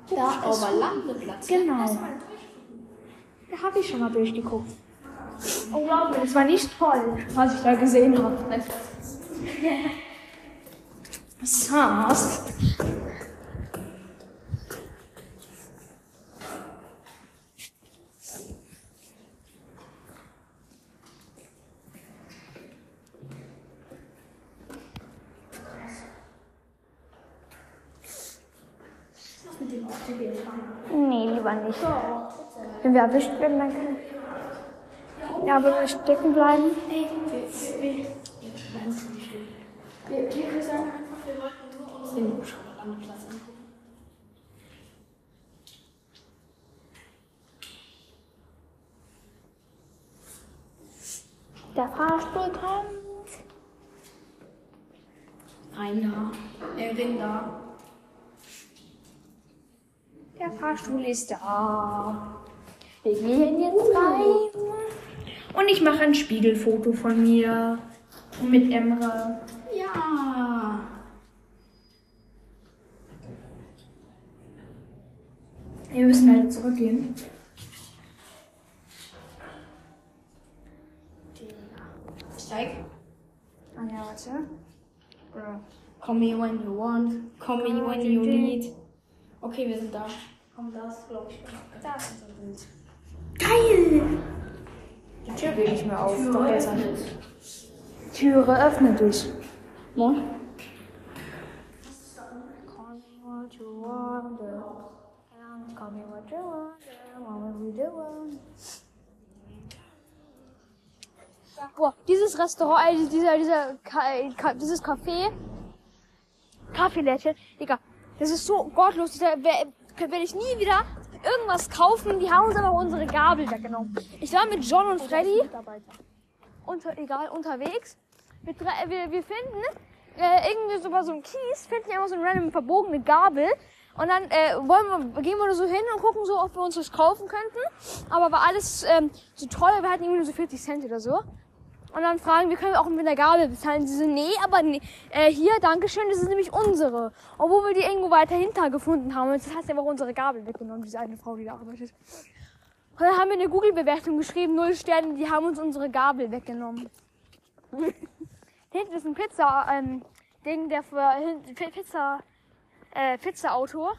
E: Da ist
B: Aber Landeplatz.
E: Genau. Da habe ich schon mal durchgeguckt. Unglaublich, es war nicht toll, was ich da gesehen habe. Was hast Nee, lieber nicht. Wenn wir erwischt werden, dann können Ja, aber wenn wir stecken bleiben. Der Fahrstuhl kommt.
B: Rein da. Äh, Ring da.
E: Der Fahrstuhl ist da. Wir gehen jetzt rein. Und ich mache ein Spiegelfoto von mir. Mit Emre.
B: Ja.
E: Wir müssen halt zurückgehen.
B: Steig.
E: Ah ja, warte.
B: Call me when you want. Call me when you need. Okay, wir sind da. Komm, da ist, glaube ich, da ist unser Bild. Geil! Die Tür geht nicht mehr auf. Doch, jetzt an.
E: Türe, öffne dich.
B: Moin.
E: Boah, dieses Restaurant, also dieser, dieser, Ka- äh, Ka- dieses Café, Kaffeelädchen, Digga, das ist so gottlos. Da werde ich nie wieder irgendwas kaufen. Die haben uns aber unsere Gabel weggenommen. Ich war mit John und Freddy unter, egal, unterwegs. Wir, drei- äh, wir, wir finden äh, irgendwie so bei so einem Kies, finden wir immer so eine random verbogene Gabel. Und dann äh, wollen wir, gehen wir da so hin und gucken so, ob wir uns das kaufen könnten. Aber war alles ähm, so teuer, wir hatten irgendwie nur so 40 Cent oder so. Und dann fragen wir, können wir auch mit der Gabel bezahlen? Sie so, nee, aber nee. Äh, hier, Dankeschön, das ist nämlich unsere. Obwohl wir die irgendwo weiter hinter gefunden haben. Und das hat sie einfach unsere Gabel weggenommen, diese eine Frau, die da arbeitet. Und dann haben wir eine Google-Bewertung geschrieben, null Sterne, die haben uns unsere Gabel weggenommen. Hinten ist ein ähm, Pizza-Ding, der für hin- P- Pizza, äh, Pizza-Auto.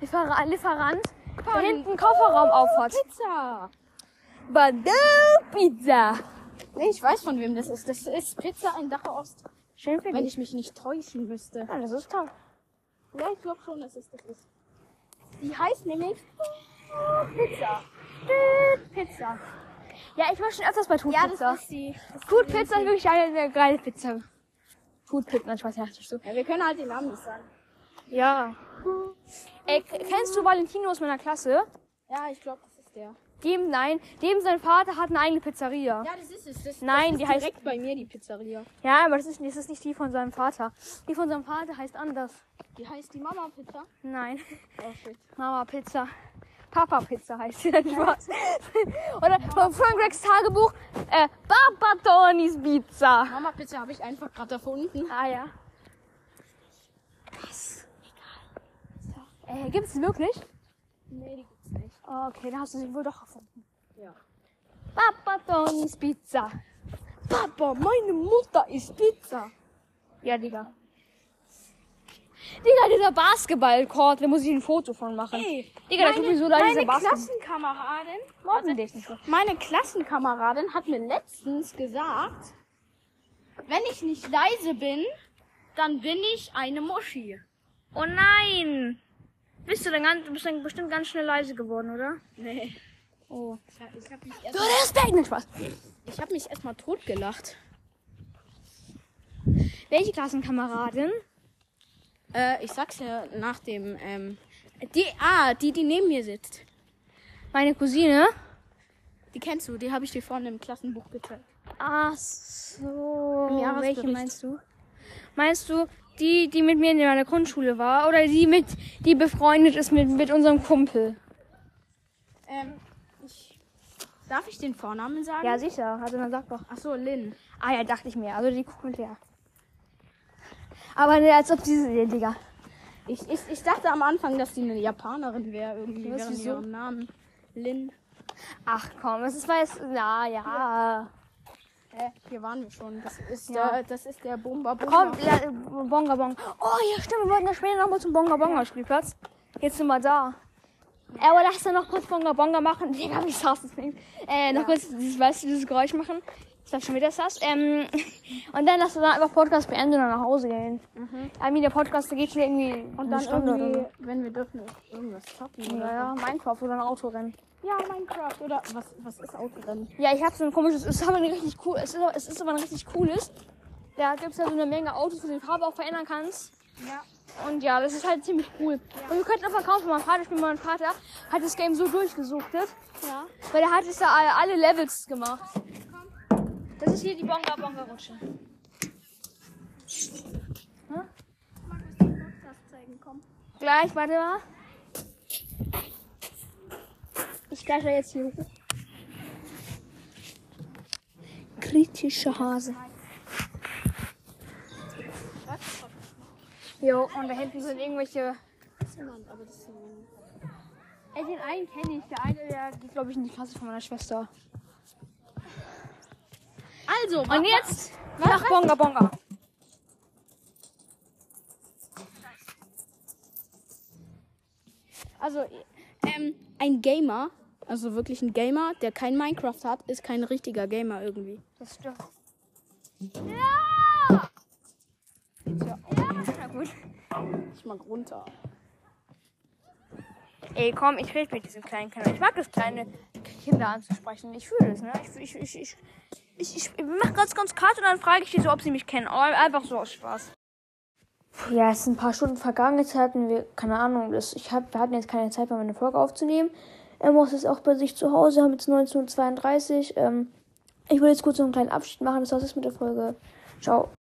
E: Liefer- Lieferant, der hinten Kofferraum aufhat.
B: Pizza.
E: Badoo Pizza.
B: Nee, ich weiß von wem das ist. Das ist Pizza in Dachau Ost.
E: Schön für
B: Wenn
E: dich.
B: ich mich nicht täuschen müsste.
E: Ja, das ist toll.
B: Ja, ich glaube schon, dass es das ist.
F: Die heißt nämlich
E: Pizza. Ja, ich war schon öfters bei Tut
F: Ja,
E: Pizza.
F: das ist sie.
E: Tut Pizza ist wirklich eine sehr geile Pizza. Tut Pizza, ich weiß nicht, du.
B: Ja, wir können halt den Namen nicht sagen.
E: Ja. Ey, k- kennst du Valentino aus meiner Klasse?
B: Ja, ich glaube, das ist der.
E: Dem, nein. Dem, sein Vater hat eine eigene Pizzeria.
B: Ja, das ist es. Das,
E: Nein,
B: das ist
E: die heißt-
B: direkt bei mir die Pizzeria.
E: Ja, aber das ist, das ist nicht die von seinem Vater. Die von seinem Vater heißt anders.
B: Die heißt die Mama Pizza.
E: Nein.
B: Oh shit.
E: Mama Pizza. Papa Pizza heißt sie dann Spaß. Oder von Frank Gregs Tagebuch, äh, Papa Tonis Pizza.
B: Mama Pizza habe ich einfach gerade erfunden.
E: Ah ja. Was? Egal. Äh, gibt's die wirklich?
B: Nee, die gibt's nicht.
E: Oh, okay, dann hast du sie wohl doch gefunden.
B: Ja.
E: Papa Tonis Pizza.
B: Papa, meine Mutter ist Pizza.
E: Ja, Digga. Digga, dieser Basketballcourt, da muss ich ein Foto von machen.
B: Ey,
E: Digga, das tut mir so leid, dieser
B: meine
E: Basketball.
B: Klassenkameradin,
E: Mobben dich nicht so.
B: meine Klassenkameradin hat mir letztens gesagt, wenn ich nicht leise bin, dann bin ich eine Muschi.
E: Oh nein! Bist du denn ganz, bist dann bestimmt ganz schnell leise geworden, oder?
B: Nee.
E: Oh.
B: Ich hab, ich hab mich
E: Du
B: erst-
E: Respekt, nicht Spaß.
B: ich hab mich erstmal totgelacht.
E: Welche Klassenkameradin?
B: Äh, ich sag's ja nach dem, ähm, die, ah, die, die neben mir sitzt.
E: Meine Cousine.
B: Die kennst du, die habe ich dir vorne im Klassenbuch gezeigt.
E: Ach so.
B: Im Jahresbericht.
E: Welche meinst du? Meinst du die, die mit mir in meiner Grundschule war? Oder die mit, die befreundet ist mit, mit unserem Kumpel?
B: Ähm, ich, darf ich den Vornamen sagen?
E: Ja, sicher. Also dann sag doch.
B: Ach so, Lynn.
E: Ah ja, dachte ich mir. Also die gucken ja. Aber ne, als ob diese, ja, Digga.
B: Ich, ich, ich dachte am Anfang, dass die eine Japanerin wäre, irgendwie
E: Was,
B: während
E: wieso?
B: ihrem Namen. Lin.
E: Ach komm, es ist weiß. Na ja.
B: Hä? Hier waren wir schon. Das ist
E: Ja.
B: der, das ist der Bomba Bomba.
E: Komm, la, Bonga Bonga. Oh ja, stimmt, wir wollten ja später nochmal zum Bonga Bonga Spielplatz. Jetzt sind wir da. Äh, aber lass dann noch kurz Bonga Bonga machen. Digga, wie saß das Ding? Äh, noch kurz, dieses, weißt du, dieses Geräusch machen. Ich sag schon wieder saß. Ähm, und dann lass uns dann einfach Podcast beenden und nach Hause gehen. Mhm. der Podcast, da geht schon irgendwie
B: Und
E: eine
B: dann
E: Stunde oder
B: irgendwie, wenn wir dürfen, irgendwas zocken.
E: so.
B: oder
E: Ja, ja, Minecraft oder ein Autorennen.
B: so. ja, Minecraft oder was, was ist Autorennen?
E: Ja, ich habe so ein komisches, es ist aber ein richtig cool, es ist, aber- es ist aber ein richtig cooles. Da gibt's ja so eine Menge Autos, wo du die Farbe auch verändern kannst. Ja. Und ja, das ist halt ziemlich cool. Und wir könnten auch verkaufen, mein Vater spielt, mein Vater hat das Game so durchgesuchtet. Ja. Weil er hat es da alle- alle Levels gemacht. Das ist hier die Bonga Bonga Rutsche. Hm? Gleich, warte mal. Ich gleich jetzt hier hoch. kritische Hase. Jo, und da hinten sind irgendwelche. Ey, den einen kenne ich. Der eine, der geht, glaube ich, in die Klasse von meiner Schwester.
B: Also, wa-
E: Und
B: wa-
E: jetzt nach Bonga Bonga.
B: Also,
E: eh,
B: ähm, ein Gamer, also wirklich ein Gamer, der kein Minecraft hat, ist kein richtiger Gamer irgendwie.
E: Das stimmt. Ja! Na gut.
B: Ich mag runter.
E: Ey, komm, ich rede mit diesen kleinen Kindern. Ich mag es, kleine Kinder anzusprechen. Ich fühle es, ne? Ich, ich, ich, ich, ich, ich mache ganz, ganz kalt und dann frage ich die so, ob sie mich kennen. Aber Einfach so aus Spaß. Ja, es sind ein paar Stunden vergangen. Jetzt hatten wir, keine Ahnung, das, ich hab, wir hatten jetzt keine Zeit mehr, eine Folge aufzunehmen. Er muss jetzt auch bei sich zu Hause, haben jetzt 19.32 Uhr. Ähm, ich will jetzt kurz noch einen kleinen Abschied machen. Das war's jetzt mit der Folge. Ciao.